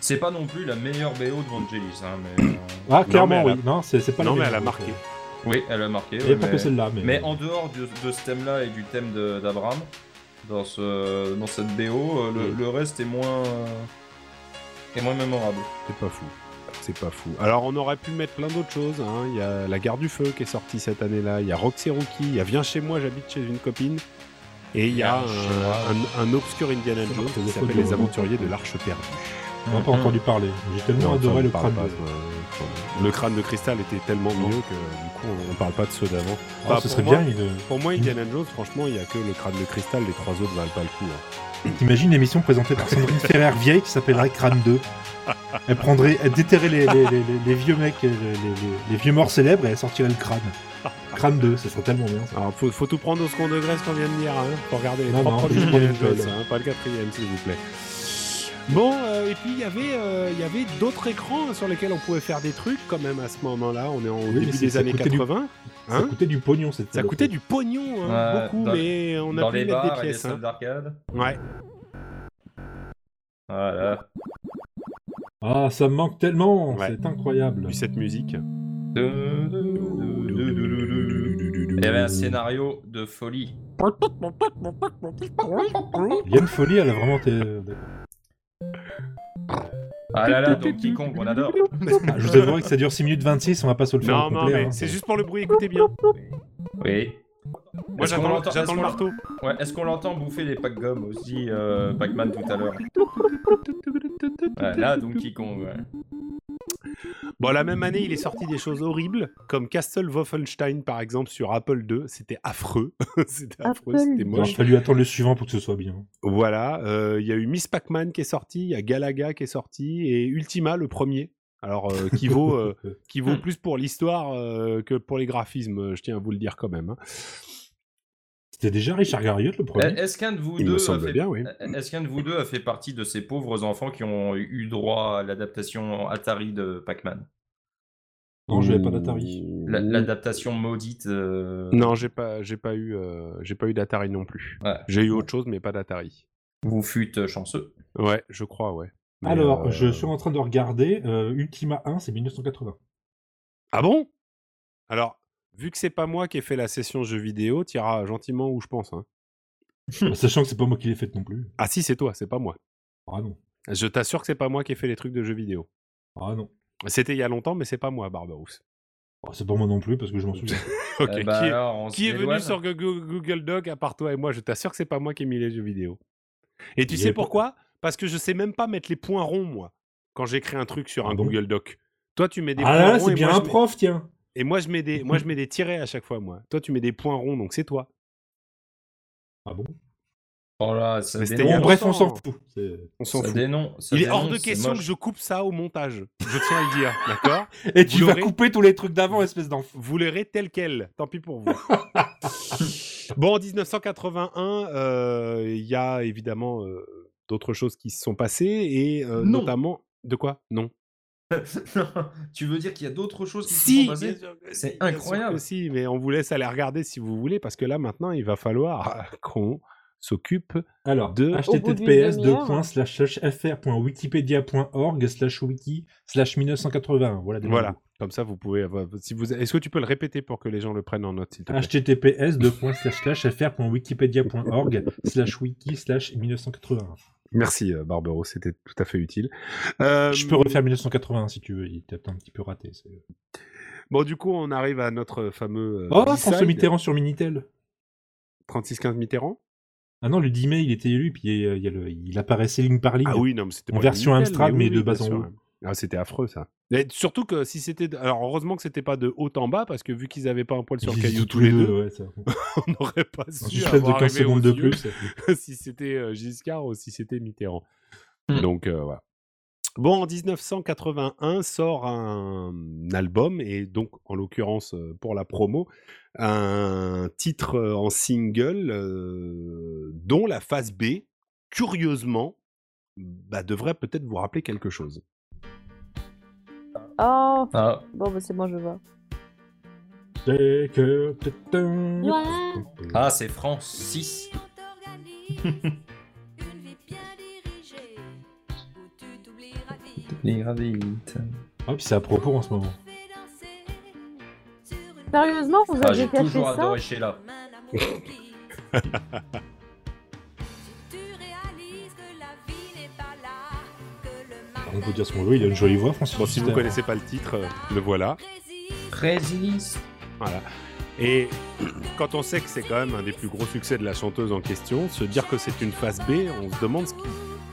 E: C'est pas non plus la meilleure BO de Vangelis, hein, mais euh,
D: Ah, clairement,
C: mais elle a-
D: oui. Non, c'est c'est pas
C: Non,
D: la
C: mais
D: même,
C: elle a
D: donc,
C: marqué.
D: euh,
E: oui, elle a marqué.
D: Il n'y
E: ouais,
D: a pas
E: mais-
D: que celle-là, mais.
E: Mais en dehors de, de ce thème-là et du thème de- d'Abraham, dans, ce, dans cette BO, euh, le,
C: Mm.
E: le reste est moins, euh, est moins mémorable.
C: C'est pas fou. C'est pas fou. Alors on aurait pu mettre plein d'autres choses. hein. Il y a La Gare du Feu qui est sortie cette année-là. Il y a Roxy Rookie. Il y a Viens chez moi, j'habite chez une copine. Et il y a
E: Viens chez
C: un,
E: moi.
C: un- un obscur Indiana Jones qui s'appelle Les Aventuriers de l'Arche Perdue.
D: On n'a pas
E: Mm.
D: entendu parler. J'ai tellement
C: Non, ça, on
D: adoré le
C: parle
D: crâne.
C: pas,
D: de-
C: ça. le crâne de cristal était tellement
D: Non.
C: mieux que du coup on, on parle pas de ceux d'avant.
D: Ah,
C: Bah,
D: ce
C: pour
D: serait
C: moi-
D: bien une.
C: Pour moi, Indiana Jones, franchement, il y a que le crâne de cristal. Les trois autres valent pas le coup. hein.
D: T'imagines une émission présentée par Sandrine Ferrer vieille qui s'appellerait Crâne 2 Elle prendrait, elle déterrait les, les- les- les- les vieux mecs, les, les- les- les vieux morts célèbres et elle sortirait le crâne. Crâne 2, ça serait tellement bien. ça.
C: Alors faut, faut tout prendre au second degré ce qu'on vient de dire. Hein, pour regarder les
D: Non,
C: trois
D: non,
C: premiers
D: juste pour
C: Indiana
D: l'école.
C: Jones, hein, pas le quatrième, s'il vous plaît. Bon, euh, et puis il y avait, euh, il y avait d'autres écrans sur lesquels on pouvait faire des trucs quand même à ce moment-là. On est en, au
D: mais
C: début
D: c'est-
C: des
D: ça
C: années
D: coûtait du-
C: 80.
D: ça
C: hein.
D: coûtait du pognon cette
C: ça
D: saloperie.
C: coûtait du pognon, hein,
E: Ouais,
C: beaucoup,
E: dans-
C: mais on a
E: dans
C: pu
E: les
C: y mettre
E: bars
C: des
E: et les
C: pièces.
E: salles
C: hein.
E: d'arcade.
C: Ouais.
E: Voilà.
D: Ah, ça me manque tellement,
C: Ouais.
D: c'est incroyable.
C: Puis cette musique.
E: Il y avait un scénario de folie.
D: Il y a une folie, elle a vraiment été. euh, d'accord.
E: Ah là là, Donkey Kong, on adore.
D: Ah, Je vous avouerai que ça dure 6 minutes 26, on va pas se le faire
C: Non,
D: au
C: non,
D: complet,
C: mais
D: hein.
C: c'est juste pour le bruit. Écoutez bien.
E: Oui.
C: Moi,
E: Est-ce
C: j'attends
E: qu'on l'entend- est-ce
C: j'attends le
E: qu'on-
C: marteau.
E: Ouais, est-ce qu'on l'entend bouffer des pack gum aussi, euh, Pac-Man tout à l'heure Ouais, Là, Donkey Kong, ouais.
C: Bon, la même année, il est sorti des choses horribles, comme Castle Wolfenstein, par exemple, sur Apple II. C'était affreux. c'était affreux,
J: Apple
C: c'était
D: Il a
C: moche.
D: fallu attendre le suivant pour que ce soit bien.
C: Voilà. euh, Il y a eu Miss Pac-Man qui est sorti, il y a Galaga qui est sorti, et Ultima, le premier. Alors, euh, qui vaut, euh, qui vaut
E: Hmm.
C: plus pour l'histoire euh, que pour les graphismes, euh, je tiens à vous le dire quand même. hein.
D: C'était déjà Richard Garriott le premier.
E: Eh, Est-ce qu'un de vous
C: Il
E: deux
C: me
E: a
C: semble
E: fait... eh,
C: bien, oui.
E: Est-ce qu'un de vous deux a fait partie de ces pauvres enfants qui ont eu droit à l'adaptation Atari de Pac-Man
D: Non, je n'avais pas d'Atari.
E: La-
C: Mmh.
E: L'adaptation maudite. euh,
C: Non, j'ai pas, j'ai pas eu, euh, j'ai pas eu d'Atari non plus.
E: Ouais.
C: J'ai eu autre chose, mais pas d'Atari.
E: Vous fûtes euh, chanceux.
C: Ouais, je crois, ouais. Mais,
D: Alors,
C: euh,
D: je suis en train de regarder. euh, Ultima 1, c'est 1980.
C: Ah bon Alors, vu que c'est pas moi qui ai fait la session jeux vidéo, t'iras gentiment où je pense. hein.
D: Bah, Sachant que c'est pas moi qui l'ai faite non plus.
C: Ah si, c'est toi, c'est pas moi.
D: Ah non.
C: Je t'assure que c'est pas moi qui ai fait les trucs de jeux vidéo.
D: Ah non.
C: C'était il y a longtemps, mais c'est pas moi, Barbarousse.
D: Oh, c'est pas moi non plus parce que je m'en souviens.
C: Ok,
E: Euh, bah
C: qui est,
D: ben,
E: alors, on se
C: qui est venu
E: dédouane.
C: sur Gu- Gu- Google Doc à part toi et moi Je t'assure que c'est pas moi qui ai mis les jeux vidéo. Et tu
D: Il
C: sais
D: est-
C: pourquoi Parce que je sais même pas mettre les points ronds, moi, quand j'écris un truc sur
D: Ah
C: un
D: bon
C: Google Doc. Toi, tu mets des
D: Ah
C: points
D: là, là,
C: ronds.
D: c'est
C: et
D: bien
C: moi,
D: un
C: je mets-
D: prof, tiens.
C: Et moi, je mets des, moi, je mets des tirets à chaque fois, moi. Toi, tu mets des points ronds, donc c'est toi.
D: Ah bon
E: Oh là, ça
C: Mais c'était
E: dénonce.
C: il y a
D: Bon, bref, on s'en
C: longtemps.
D: fout. C'est-
C: On s'en
E: Ça
C: fout.
E: dénonce, ça
C: Il est hors de
E: dénonce, c'est
C: question
E: moche.
C: que je coupe ça au montage. Je tiens à le dire, d'accord
D: Et tu
C: Vous
D: vas
C: l'aurez
D: couper tous les trucs d'avant, espèce d'enfant.
C: Vous l'aurez tel quel. Tant pis pour vous. bon, en 1981, euh, il y a évidemment euh, d'autres choses qui se sont passées et euh,
E: Non.
C: notamment. De quoi Non.
E: tu veux dire qu'il y a d'autres choses qui se sont
C: bien
E: passées
C: sûr que
E: C'est
C: si, bien sûr
E: incroyable.
C: que Si, mais on vous laisse aller regarder si vous voulez parce que là maintenant il va falloir qu'on s'occupe.
D: Alors,
C: De-
D: de...
J: Au bout d'une
D: https
J: demi-heure.
D: fr.wikipedia.org slash wiki slash 1981. Voilà. des
C: Voilà.
D: mots.
C: Comme ça, vous pouvez. avoir- Si vous, est-ce que tu peux le répéter pour que les gens le prennent en note, s'il te
E: Ah,
C: plaît
D: https fr.wikipedia.org slash wiki slash 1981.
C: Merci, euh, Barbaro, c'était tout à fait utile. Euh,
D: Je peux refaire 1981 si tu veux, il t'a un petit peu raté. c'est-
C: Bon, du coup, on arrive à notre fameux. euh,
D: Oh,
C: B-side.
D: François Mitterrand sur Minitel.
C: 36-15 Mitterrand
D: Ah non, le 10 mai, il était élu, puis il, y a- il y a le- il apparaissait ligne par ligne.
C: Ah oui, non, mais c'était
D: En
C: pas
D: version
C: Minitel,
D: Amstrad, mais
C: oui,
D: de
C: oui,
D: bas
C: bien
D: en
C: sûr.
D: haut.
C: Ah, c'était affreux, ça. Et surtout que si c'était. de- Alors, heureusement que c'était pas de haut en bas, parce que vu qu'ils avaient pas un poil sur le
D: Ils
C: caillou
D: étaient
C: tous les deux,
D: ouais, ça.
C: on n'aurait pas
D: Un
C: su.
D: suspense de
C: avoir
D: 15
C: arrivé
D: secondes
C: aux
D: de
C: yeux
D: plus.
C: si c'était euh, Giscard ou si c'était Mitterrand.
E: Hmm.
C: Donc, euh, voilà. Bon, en 1981 sort un album, et donc en l'occurrence euh, pour la promo, un titre euh, en single euh, dont la face B, curieusement, bah, devrait peut-être vous rappeler quelque chose.
J: Oh,
E: Ah,
J: bon, bah, c'est bon, je vois.
D: J'ai que-
E: ah c'est Francis. Les gravites.
D: Ah, puis c'est à propos en ce moment.
J: Sérieusement, vous
E: Ah,
J: avez
E: j'ai
J: caché
E: toujours
J: ça
E: adoré Sheila.
D: On peut dire ce qu'on veut, il a une jolie voix, Francis.
C: Bon, si vous
D: Mitterrand.
C: connaissez pas le titre, euh, le voilà.
E: Résiste.
C: Et quand on sait que c'est quand même un des plus gros succès de la chanteuse en question, se dire que c'est une face B, on se demande ce qui.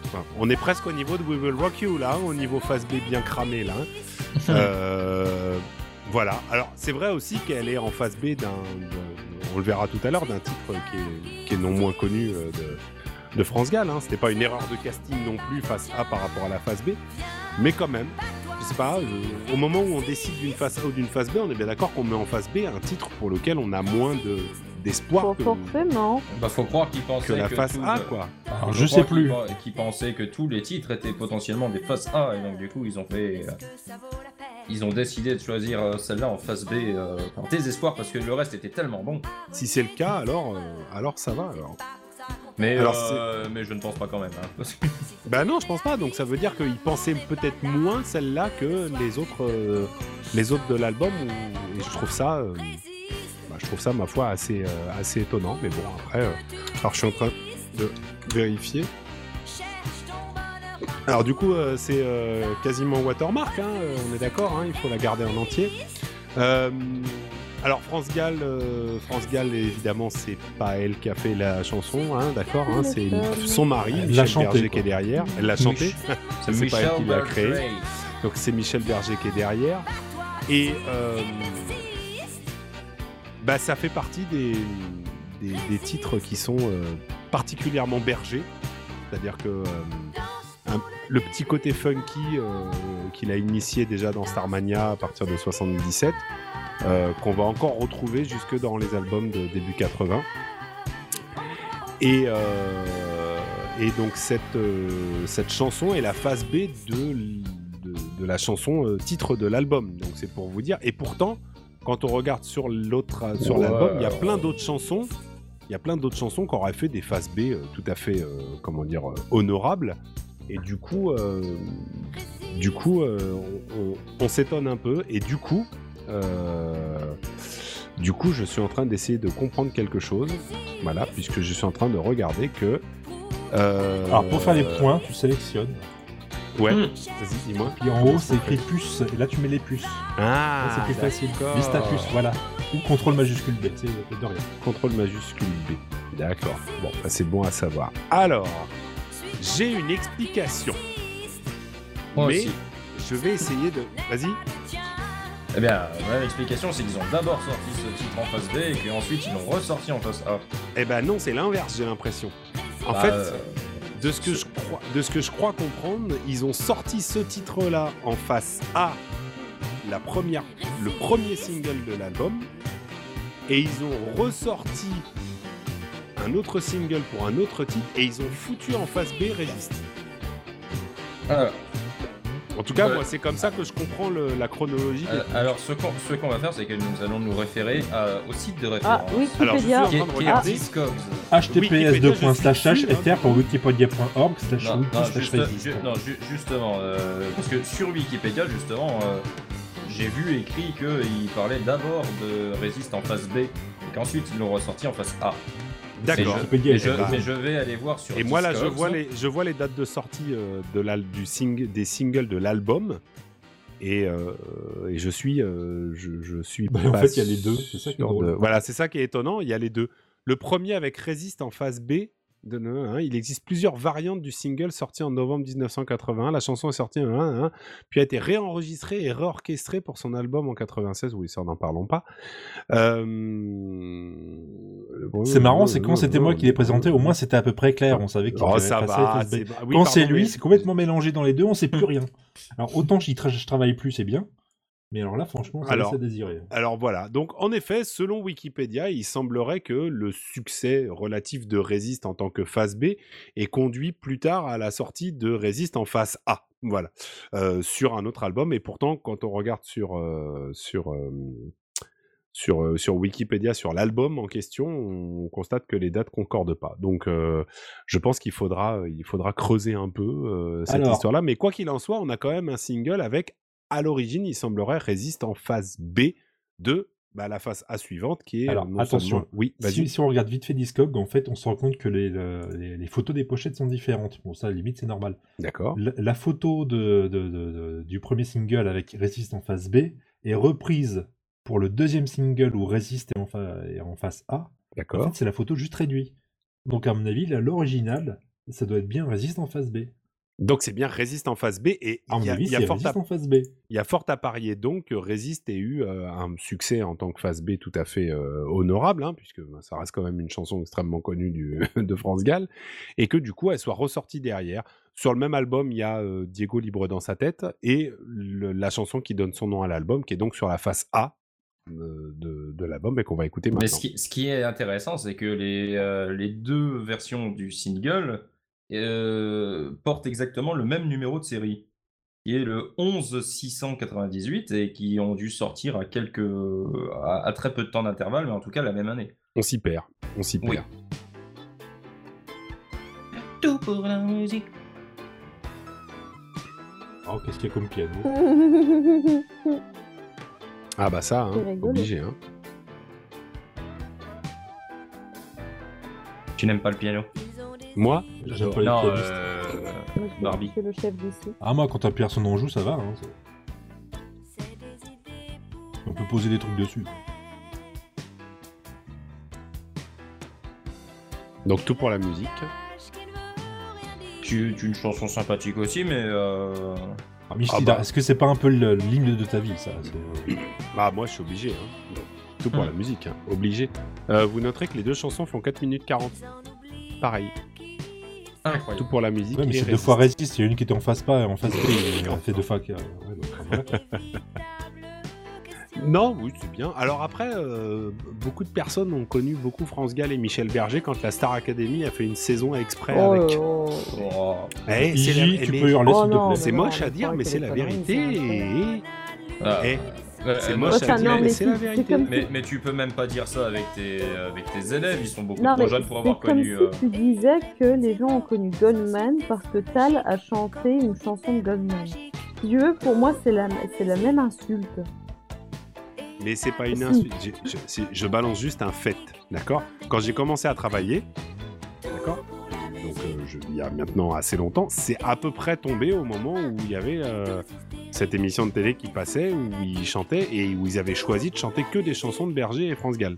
C: enfin, on est presque au niveau de We Will Rock You là, hein, au niveau face B bien cramé là. hein. Euh, voilà. Alors c'est vrai aussi qu'elle est en face B d'un, d'un- on le verra tout à l'heure, d'un titre qui est, qui est non moins connu euh, de, de France Gall. Hein. C'était pas une erreur de casting non plus face A par rapport à la face B, mais quand même je sais pas, je- au moment où on décide d'une face A ou d'une face B, on est bien d'accord qu'on met en face B un titre pour lequel on a moins de d'espoir
F: For-
C: que,
F: Forcément.
E: Bah faut croire qu'il pensait
C: que la
E: que
C: face
E: tout
C: A,
E: le-
C: quoi.
D: Alors,
E: Faut
D: je sais
E: croire qu'il
D: plus.
E: pen- Qu'il pensait que tous les titres étaient potentiellement des faces A et donc du coup ils ont fait. euh, Ils ont décidé de choisir euh, celle-là en face B euh, par désespoir parce que le reste était tellement bon.
C: Si c'est le cas, alors, euh, alors ça va. Alors.
E: Mais,
C: Alors,
E: euh, mais je ne pense pas quand même. hein, parce que-
C: Bah non, je pense pas. Donc ça veut dire qu'ils pensaient peut-être moins celle-là que les autres, euh, les autres de l'album. ou- Et je trouve ça, euh, bah, je trouve ça ma foi assez, euh, assez étonnant. Mais bon, après, euh, alors je suis en train de vérifier. Alors du coup, euh, c'est euh, quasiment watermark. hein, euh, on est d'accord. hein, il faut la garder en entier. Euh, alors France Gall, euh, France Gall, évidemment, c'est pas elle qui a fait la chanson, hein, d'accord. hein, c'est son mari,
D: Elle l'a
C: Michel
D: chantée,
C: Berger,
D: quoi.
C: qui est derrière. Elle l'a chantée.
E: C'est
C: C'est pas elle qui l'a
E: Berger.
C: créé. Donc c'est Michel Berger qui est derrière. Et euh, bah, ça fait partie des, des, des titres qui sont euh, particulièrement bergers. C'est-à-dire que euh, un- le petit côté funky euh, qu'il a initié déjà dans Starmania à partir de 77, euh, qu'on va encore retrouver jusque dans les albums de début 80. Et, euh, et donc cette, euh, cette chanson est la phase B de, l- de, de la chanson euh, titre de l'album. Donc c'est pour vous dire. Et pourtant, quand on regarde sur l'autre, sur
E: Ouais.
C: l'album, il y a plein d'autres chansons Il y a plein d'autres chansons qui auraient fait des phases B euh, tout à fait, euh, comment dire, euh, honorables. Et du coup, euh, du coup, euh, on, on- on s'étonne un peu. Et du coup, euh, du coup, je suis en train d'essayer de comprendre quelque chose. Voilà, puisque je suis en train de regarder que. euh,
D: Alors pour faire les points, tu sélectionnes.
C: Ouais.
E: Hmm.
C: Vas-y, dis-moi.
D: Puis en haut, c'est écrit puce, et là tu mets les puces. Là,
C: Ah,
D: c'est plus facile.
C: d'accord.
D: Vista puce, voilà. Ou contrôle majuscule B, c'est de rien.
C: Contrôle majuscule B. D'accord. Bon, bah, c'est bon à savoir. Alors, j'ai une explication.
E: Moi
C: mais
E: aussi.
C: je vais essayer de. Vas-y.
E: Eh bien, ma même explication, c'est qu'ils ont d'abord sorti ce titre en face B et qu'ensuite ils l'ont ressorti en face A.
C: Eh ben non, c'est l'inverse, j'ai l'impression. En
E: Bah,
C: fait,
E: euh,
C: de, ce que je crois, de ce que je crois comprendre, ils ont sorti ce titre-là en face A, la première, le premier single de l'album, et ils ont ressorti un autre single pour un autre titre, et ils ont foutu en face B Résiste. euh,
E: ah,
C: En tout cas,
E: Ouais.
C: moi, c'est comme ça que je comprends le- la chronologie. des-
E: euh, alors, ce qu'on ce qu'on va faire, c'est que nous allons nous référer à- au site de
J: Ah,
E: référence.
C: Alors, je suis en
J: Wikipédia. Ah.
E: Qui est,
C: train de
E: qui est
C: regarder.
E: Discogs.
D: https
C: Wikipédia, je suis dessus, hein,
D: hfr pour wikipedia.org slash
E: Non,
D: wiki
E: non,
D: slash
E: juste-
D: résiste.
E: ju- non, ju- justement, euh, parce que sur Wikipédia, justement, euh, j'ai vu écrit qu'il parlait d'abord de Résiste en face B et qu'ensuite ils l'ont ressorti en face A.
C: D'accord.
E: Mais
D: Wikipédia,
E: Mais
D: elle
E: je,
D: est pas-
E: mais je vais aller voir sur
C: Et moi là, je
E: Discogs.
C: vois les, je vois les dates de sortie euh, de l'al- du sing- des singles de l'album, et, euh, et je suis, euh, je, je suis.
D: Bah, en
C: pas
D: fait, il y a les deux, c'est ça qui est
C: sûr
D: drôle.
C: de- Voilà, c'est ça qui est étonnant. Il y a les deux. Le premier avec Résiste en face B. De, ne- hein, il existe plusieurs variantes du single sorti en novembre 1981. La chanson est sortie en 1, hein, puis a été réenregistrée et réorchestrée pour son album en 96. Oui, ça, n'en parlons pas. Euh,
D: C'est marrant, c'est quand c'était moi qui l'ai présenté, au moins c'était à peu près clair, on savait qu'il
C: Oh,
D: fallait
C: ça
D: passer
C: va.
D: face B.
C: c'est- ah oui,
D: Quand
C: pardon,
D: c'est lui,
C: mais-
D: c'est complètement mélangé dans les deux, on sait plus rien. Alors autant j'y tra- je travaille plus, c'est bien. Mais alors là, franchement, ça
C: Alors.
D: laisse à désirer.
C: Alors voilà, donc en effet, selon Wikipédia, il semblerait que le succès relatif de Résiste en tant que phase B ait conduit plus tard à la sortie de Résiste en phase A, voilà, euh, sur un autre album. Et pourtant, quand on regarde sur, euh, sur, euh, sur, euh, sur Wikipédia, sur l'album en question, on constate que les dates concordent pas. Donc euh, je pense qu'il faudra, il faudra creuser un peu euh, cette
D: Alors.
C: histoire-là. Mais quoi qu'il en soit, on a quand même un single avec, à l'origine, il semblerait Résiste en phase B de bah, la phase A suivante qui est. euh,
D: Alors,
C: non
D: attention.
C: seulement- Oui, vas-y.
D: Si, si on regarde vite fait Discog, en fait, on se rend compte que les, le- les, les photos des pochettes sont différentes. Bon, ça, à la limite, c'est normal.
C: D'accord.
D: La, la photo de, de- de- de- du premier single avec Résiste en face B est reprise pour le deuxième single où Résiste est en, fa- est en face A. En
C: D'accord.
D: fait, c'est la photo juste réduite. Donc, à mon avis, là, l'original, ça doit être bien Résiste en face B.
C: Donc c'est bien Résiste en phase B et
D: À
C: il
D: mon
C: y, a-
D: avis,
C: il y a
D: c'est
C: fort
D: Résiste
C: à-
D: en face B.
C: il y a fort à parier donc que Résiste ait eu euh, un succès en tant que phase B tout à fait euh, honorable, hein, puisque bah, ça reste quand même une chanson extrêmement connue du- de France Gall, et que du coup elle soit ressortie derrière. Sur le même album, il y a euh, Diego libre dans sa tête et le- la chanson qui donne son nom à l'album, qui est donc sur la face A euh, de, de l'album et qu'on va écouter maintenant.
E: Mais ce qui, ce qui est intéressant, c'est que les, euh, les deux versions du single euh, portent exactement le même numéro de série, qui est le 11698 et qui ont dû sortir à, quelques, à, à très peu de temps d'intervalle, mais en tout cas la même année.
C: On s'y perd, on s'y
E: Oui.
C: perd.
E: Tout pour la musique.
D: Oh, qu'est-ce qu'il y a comme piano
C: Ah bah ça, hein,
J: C'est rigolo.
C: obligé. hein.
E: Tu n'aimes pas le piano
C: Moi,
D: J'aime pas les
E: Non,
D: pianistes.
E: euh,
J: Moi, je
E: Barbie.
J: suis le chef d'ici.
D: Ah, moi, quand t'appuies sur son enjou, ça va. hein, c'est- On peut poser des trucs dessus.
C: donc tout pour la musique.
E: tu, tu une chanson sympathique aussi, mais euh,
D: Ah, Michel,
C: Ah bah.
D: est-ce que c'est pas un peu le- l'hymne de ta vie, ça c'est- euh,
C: Bah moi je suis obligé. hein. Tout pour
D: Mmh.
E: Hmm.
C: la musique, hein. obligé. Euh, vous noterez que les deux chansons font 4 minutes 40. Pareil, tout
E: incroyable.
C: pour la musique.
D: Ouais, mais
C: et
D: c'est deux
C: résiste.
D: fois résiste, il y a une qui était en face pas et en face B, il a fait deux fois. que- euh, ouais, donc, voilà.
C: Non, oui, c'est bien. Alors après, euh, beaucoup de personnes ont connu beaucoup France Gall et Michel Berger quand la Star Academy a fait une saison exprès
J: Oh,
C: avec.
J: oh,
E: Oh,
C: Eh, c'est la-
D: Iji,
C: eh,
D: tu
C: mais
D: peux hurler
J: Oh
D: s'il
J: non,
D: te plaît.
C: C'est
J: non,
C: moche
J: mais
C: à dire,
J: faut
C: mais
J: arrêter
C: c'est
J: les
C: la
J: conneries,
C: vérité. Et-
J: c'est
E: ah,
C: Eh, C'est
E: euh,
C: moche,
E: non,
C: à
E: c'est-
C: dire,
J: hein. Oh, non,
C: mais
J: mais
C: c'est
J: si,
C: la
J: c'est
C: vérité.
J: comme-
E: Mais, mais tu peux même pas dire ça avec tes, avec tes élèves, ils sont beaucoup
J: Non,
E: trop
J: mais
E: jeunes pour avoir
J: c'est comme
E: connu.
J: si
E: euh,
J: tu disais que les gens ont connu Goldman parce que Tal a chanté une chanson de Goldman. Si tu veux, pour moi, c'est la, c'est la même insulte.
C: Mais Ah, c'est pas une
J: Si.
C: insulte. J'ai- Je, c'est- je balance juste un fait, d'accord Quand j'ai commencé à travailler, d'accord Donc euh, je- il y a maintenant assez longtemps, c'est à peu près tombé au moment où il y avait euh, cette émission de télé qui passait, où ils chantaient et où ils avaient choisi de chanter que des chansons de Berger et France Gall.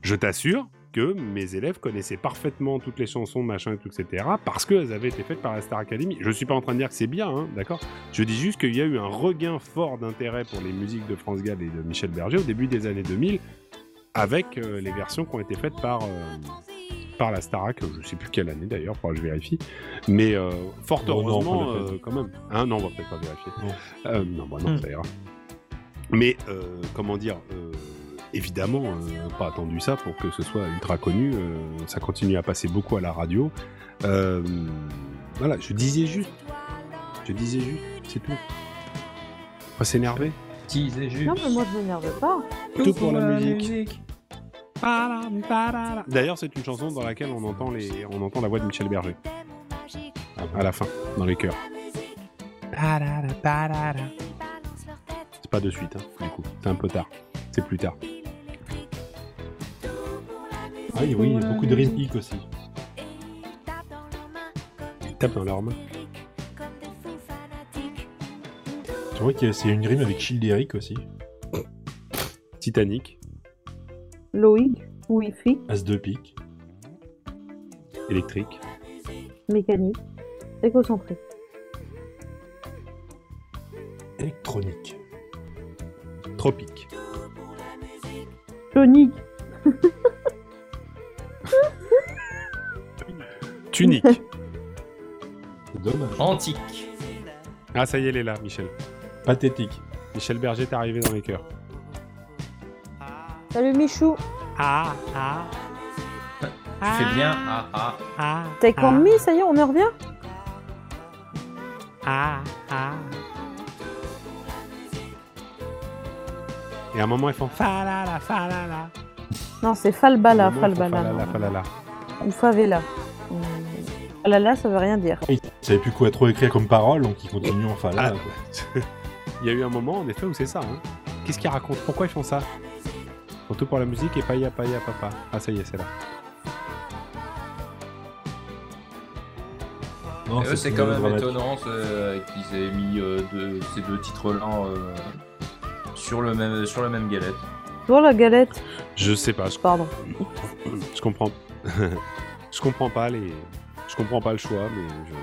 C: Je t'assure que mes élèves connaissaient parfaitement toutes les chansons, machin et tout, etc., parce qu'elles avaient été faites par la Star Academy. Je suis pas en train de dire que c'est bien, hein, d'accord je dis juste qu'il y a eu un regain fort d'intérêt pour les musiques de France Gall et de Michel Berger au début des années 2000, avec euh, les versions qui ont été faites par, euh, par la Starac, euh, je sais plus quelle année d'ailleurs, faudra que je vérifie, mais euh, fort
D: Oh, Non, non,
C: heureusement,
D: on peut le faire.
C: euh, quand même. Hein, non, on va peut-être pas vérifier.
D: Non.
C: Euh, non, bah non,
E: Hmm.
C: ça ira. Mais euh, comment dire euh, Évidemment, euh, pas attendu ça pour que ce soit ultra connu. euh, ça continue à passer beaucoup à la radio. Euh, voilà, je disais juste. Je disais juste, c'est tout. Pas s'énerver.
J: Non, mais moi, je m'énerve pas.
C: Tout pour la musique. D'ailleurs, c'est une chanson dans laquelle on entend, les... on entend la voix de Michel Berger. À- À la fin, dans les chœurs. C'est pas de suite, hein, du coup. C'est un peu tard. C'est plus tard.
D: Ah oui, oui, il y a beaucoup de rhythmique aussi.
C: Ils tapent dans leurs mains.
D: Tu vois que c'est une rime avec Childeric aussi.
C: Titanic,
J: Loïc, Wi-Fi,
D: As de pique.
C: électrique.
J: mécanique, écocentrique.
D: Électronique.
C: Tropique.
J: Tonique,
C: Tunique.
D: C'est dommage.
E: Antique.
C: ah, ça y est, elle est là, Michel.
D: Pathétique.
C: Michel Berger est arrivé dans les chœurs.
J: salut Michou,
C: Ah,
E: Tu fais bien. Ah, ah.
J: t'es comme me, ça y est, on y revient
C: ah, Et à un moment, ils font fa
J: Non, c'est Falbala,
C: À un moment, ils font
J: Falbala,
C: falala,
J: non.
C: falala.
J: ou Favela. Hum, Falala, ça veut rien dire.
D: Ah, Ils savaient plus quoi trop écrire comme parole, donc ils continuent en falala.
C: Ah.
D: quoi.
C: Il y a eu un moment, en effet, où c'est ça. hein. Qu'est-ce qu'ils racontent Pourquoi ils font ça Surtout pour la musique et païa païa papa. Ah, ça y est, c'est là.
D: Non,
E: Et eux, c'est quand même
D: dramatique.
E: étonnant euh, qu'ils aient mis euh, deux- ces deux titres-là euh, sur, le même, sur la même galette.
J: Toi, la galette
C: Je sais pas, Ah, je,
J: Pardon.
C: je comprends. je comprends pas les. Je comprends pas le choix, mais je. je-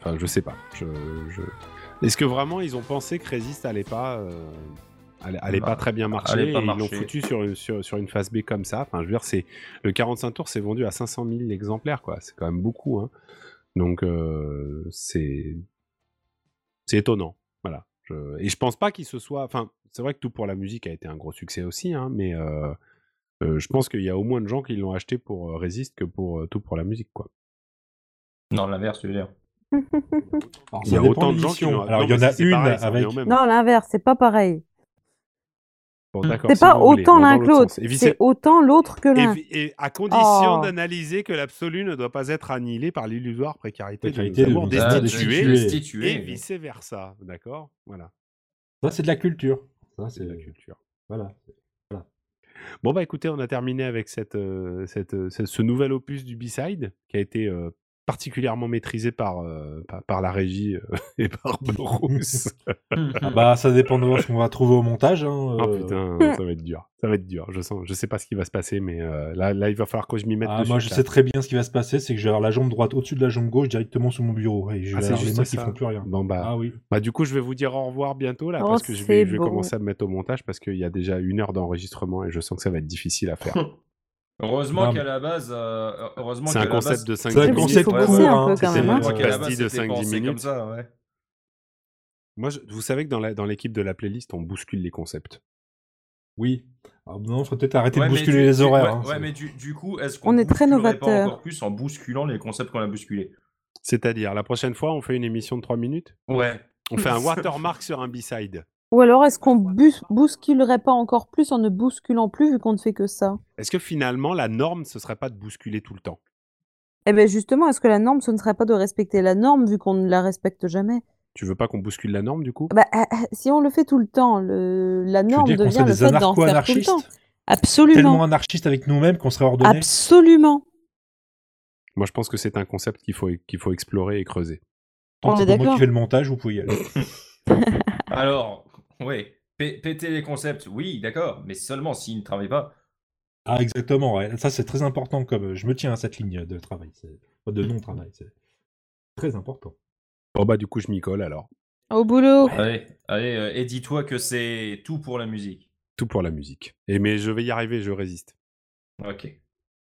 C: Enfin, je sais pas. Je, je- Est-ce que vraiment ils ont pensé que Resist allait pas. euh, allait- allait
E: Bah,
C: pas très bien marcher
E: allait pas
C: et ils l'ont
E: marcher.
C: foutu sur, une- sur, sur une phase B comme ça. Enfin, je veux dire, c'est. Le 45 tours s'est vendu à 500 000 exemplaires, quoi. C'est quand même beaucoup, hein. Donc, euh, c'est. C'est étonnant. Voilà. Je- Et je pense pas qu'il se soit. Enfin, c'est vrai que tout pour la musique a été un gros succès aussi, hein, mais euh, euh, je pense qu'il y a au moins de gens qui l'ont acheté pour euh, Résiste que pour euh, tout pour la musique, quoi.
E: Non, l'inverse, je veux dire.
D: Alors,
C: Il
D: ça
C: y a
D: dépend
C: autant
D: de
C: de gens qui
D: l'émission.
C: l'ont
D: Alors, il y
C: Non,
D: en
C: mais
D: a
C: c'est
D: une
C: pareil, ça
D: avec.
C: revient au même.
J: Non, l'inverse, c'est pas pareil.
C: Bon, d'accord,
J: C'est
C: si
J: pas
C: vous voulez,
J: autant
C: bon, dans
J: l'un que
C: l'autre
J: l'autre,
C: sens. Et vice-
J: c'est autant l'autre que
C: et
J: l'un.
C: vi- et à condition
J: Oh.
C: d'analyser que l'absolu ne doit pas être annihilé par l'illusoire précarité,
D: Précarité
C: de nous
D: de
C: avoir
D: nous avoir
C: destitués,
D: destitués.
C: et
E: Ah, Destitué.
C: vice versa, d'accord Voilà,
D: Ça, c'est de la culture. Ça,
C: c'est
D: c'est
C: la culture.
D: Voilà.
C: Bon bah écoutez, on a terminé avec cette, euh, cette, euh, ce, ce nouvel opus du B-side qui a été euh, particulièrement maîtrisé par, euh, par, par la régie euh, et par Belarus.
D: Ah bah, ça dépend de ce qu'on va trouver au montage. Hein.
C: Ah
D: euh.
C: putain, ça va être dur. Ça va être dur. Je sens, je sais pas ce qui va se passer, mais euh, là, là, il va falloir que je m'y mette.
D: Ah,
C: dessus,
D: moi, je
C: ça.
D: sais très bien ce qui va se passer, c'est que je vais avoir la jambe droite au-dessus de la jambe gauche directement sous mon bureau. Et je
C: Ah,
D: vais
C: c'est
D: avoir les
C: juste
D: mains qui
C: ça.
D: font plus rien.
C: Bon bah,
D: Ah oui.
C: bah, du coup, je vais vous dire au revoir bientôt là,
J: Oh,
C: parce que je vais,
J: c'est
C: je vais
J: beau.
C: commencer à me mettre au montage parce qu'il y a déjà une heure d'enregistrement et je sens que ça va être difficile à faire.
D: Non,
E: Heureusement
D: mais-
E: qu'à la base. euh, heureusement
C: C'est
E: qu'à
C: un
E: la
C: concept
E: base-
C: de 5
D: C'est un
J: minutes.
D: concept
J: Il faut
D: court.
J: pousser un
D: hein,
J: peu
D: c'est-
J: quand
D: c'est-
J: même, hein.
E: Heureusement qu'à la base,
C: pastille de
E: c'était
C: 5-10
E: pensé Comme
C: minutes.
E: ça, ouais.
C: Moi, je- vous savez que dans la- dans l'équipe de la playlist, on bouscule les concepts.
D: Oui. Ah, non, faut peut-être arrêter
E: Ouais,
D: de
E: mais
D: bousculer
E: du-
D: les
E: du-
D: horaires.
E: ouais,
D: hein,
E: ouais,
D: c'est-
E: mais du, du coup, est-ce
J: On
E: qu'on
J: est très
E: bousculerait pas
J: novateur.
E: encore plus en bousculant les concepts qu'on a bousculés
C: C'est-à-dire, la prochaine fois, on fait une émission de 3 minutes
E: Ouais.
C: On fait un watermark sur un B-side.
F: Ou alors est-ce qu'on bus- bousculerait pas encore plus en ne bousculant plus vu qu'on ne fait que ça
C: Est-ce que finalement, la norme, ce serait pas de bousculer tout le temps
F: Eh bien justement, est-ce que la norme, ce ne serait pas de respecter la norme vu qu'on ne la respecte jamais
C: Tu veux pas qu'on bouscule la norme, du coup
F: Bah, ah, ah, si on le fait tout le temps, le... la norme
D: dire qu'on
F: devient
D: serait
F: le
D: des
F: fait d'en faire tout le
D: anarcho-anarchistes
F: temps. Absolument,
D: Tellement anarchiste avec nous-mêmes qu'on serait ordonné.
F: absolument.
C: Moi, je pense que c'est un concept qu'il faut, qu'il faut explorer et creuser.
D: Tant
F: on
D: pis pour
F: est
D: moi
F: d'accord.
D: qui fais le montage, vous pouvez y aller.
E: Alors, oui, pé- péter les concepts, oui, d'accord, mais seulement s'ils ne travaillent pas.
D: Ah, exactement. ouais. Ça, c'est très important. Comme euh, je me tiens à cette ligne de travail, c'est- de non-travail, c'est très important.
C: Bon, bah, du coup, je m'y colle alors.
F: Au boulot.
E: Allez, allez, euh, et dis-toi que c'est tout pour la musique.
C: Tout pour la musique. Et mais je vais y arriver, je résiste.
E: Ok.